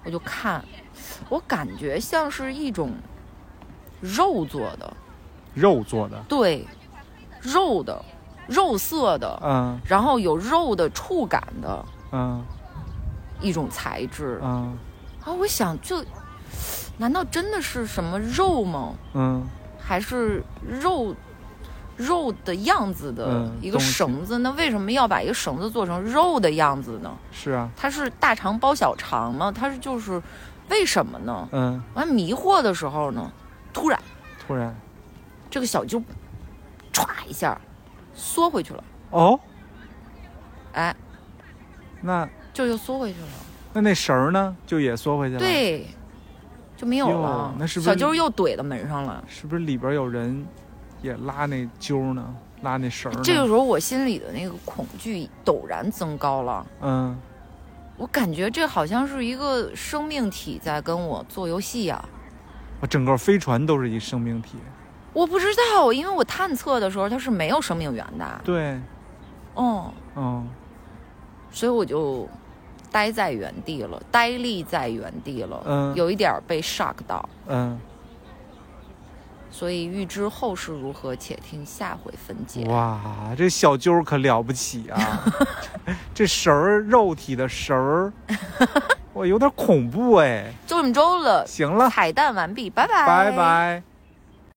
S1: 我就看，我感觉像是一种肉做的，
S2: 肉做的
S1: 对，肉的，肉色的，
S2: 嗯
S1: 然后有肉的触感的
S2: 嗯
S1: 一种材质。
S2: 嗯
S1: 啊，我想这难道真的是什么肉吗？
S2: 嗯
S1: 还是肉肉的样子的
S2: 嗯
S1: 一个
S2: 东西
S1: 绳子？那为什么要把一个绳子做成肉的样子呢？
S2: 是啊
S1: 它是大肠包小肠吗？它是就是为什么呢？
S2: 嗯
S1: 我还迷惑的时候呢，突然
S2: 突然
S1: 这个小揪歘一下缩回去了，
S2: 哦
S1: 哎，
S2: 那
S1: 就又缩回去了。
S2: 那那绳儿呢就也缩回去了，，
S1: 对，就没有
S2: 哟
S1: 了。
S2: 那是不
S1: 小
S2: 是
S1: 揪又怼到门上了？
S2: 是不是里边有人也拉那揪呢？拉那绳儿呢？
S1: 这个时候我心里的那个恐惧陡然增高了，
S2: 嗯
S1: 我感觉这好像是一个生命体在跟我做游戏呀、
S2: 我整个飞船都是一生命体，
S1: 我不知道，因为我探测的时候它是没有生命源的，
S2: 对，
S1: 嗯，
S2: 嗯
S1: 所以我就呆在原地了，呆立在原地了，
S2: 嗯
S1: 有一点儿被 shock 到，
S2: 嗯，
S1: 所以预知后事如何，且听下回分解。
S2: 哇，这小揪可了不起 啊！这这绳儿，肉体的绳儿，我有点恐怖哎。
S1: 周这么周了，
S2: 行了，
S1: 彩蛋完毕，拜拜，
S2: 拜拜。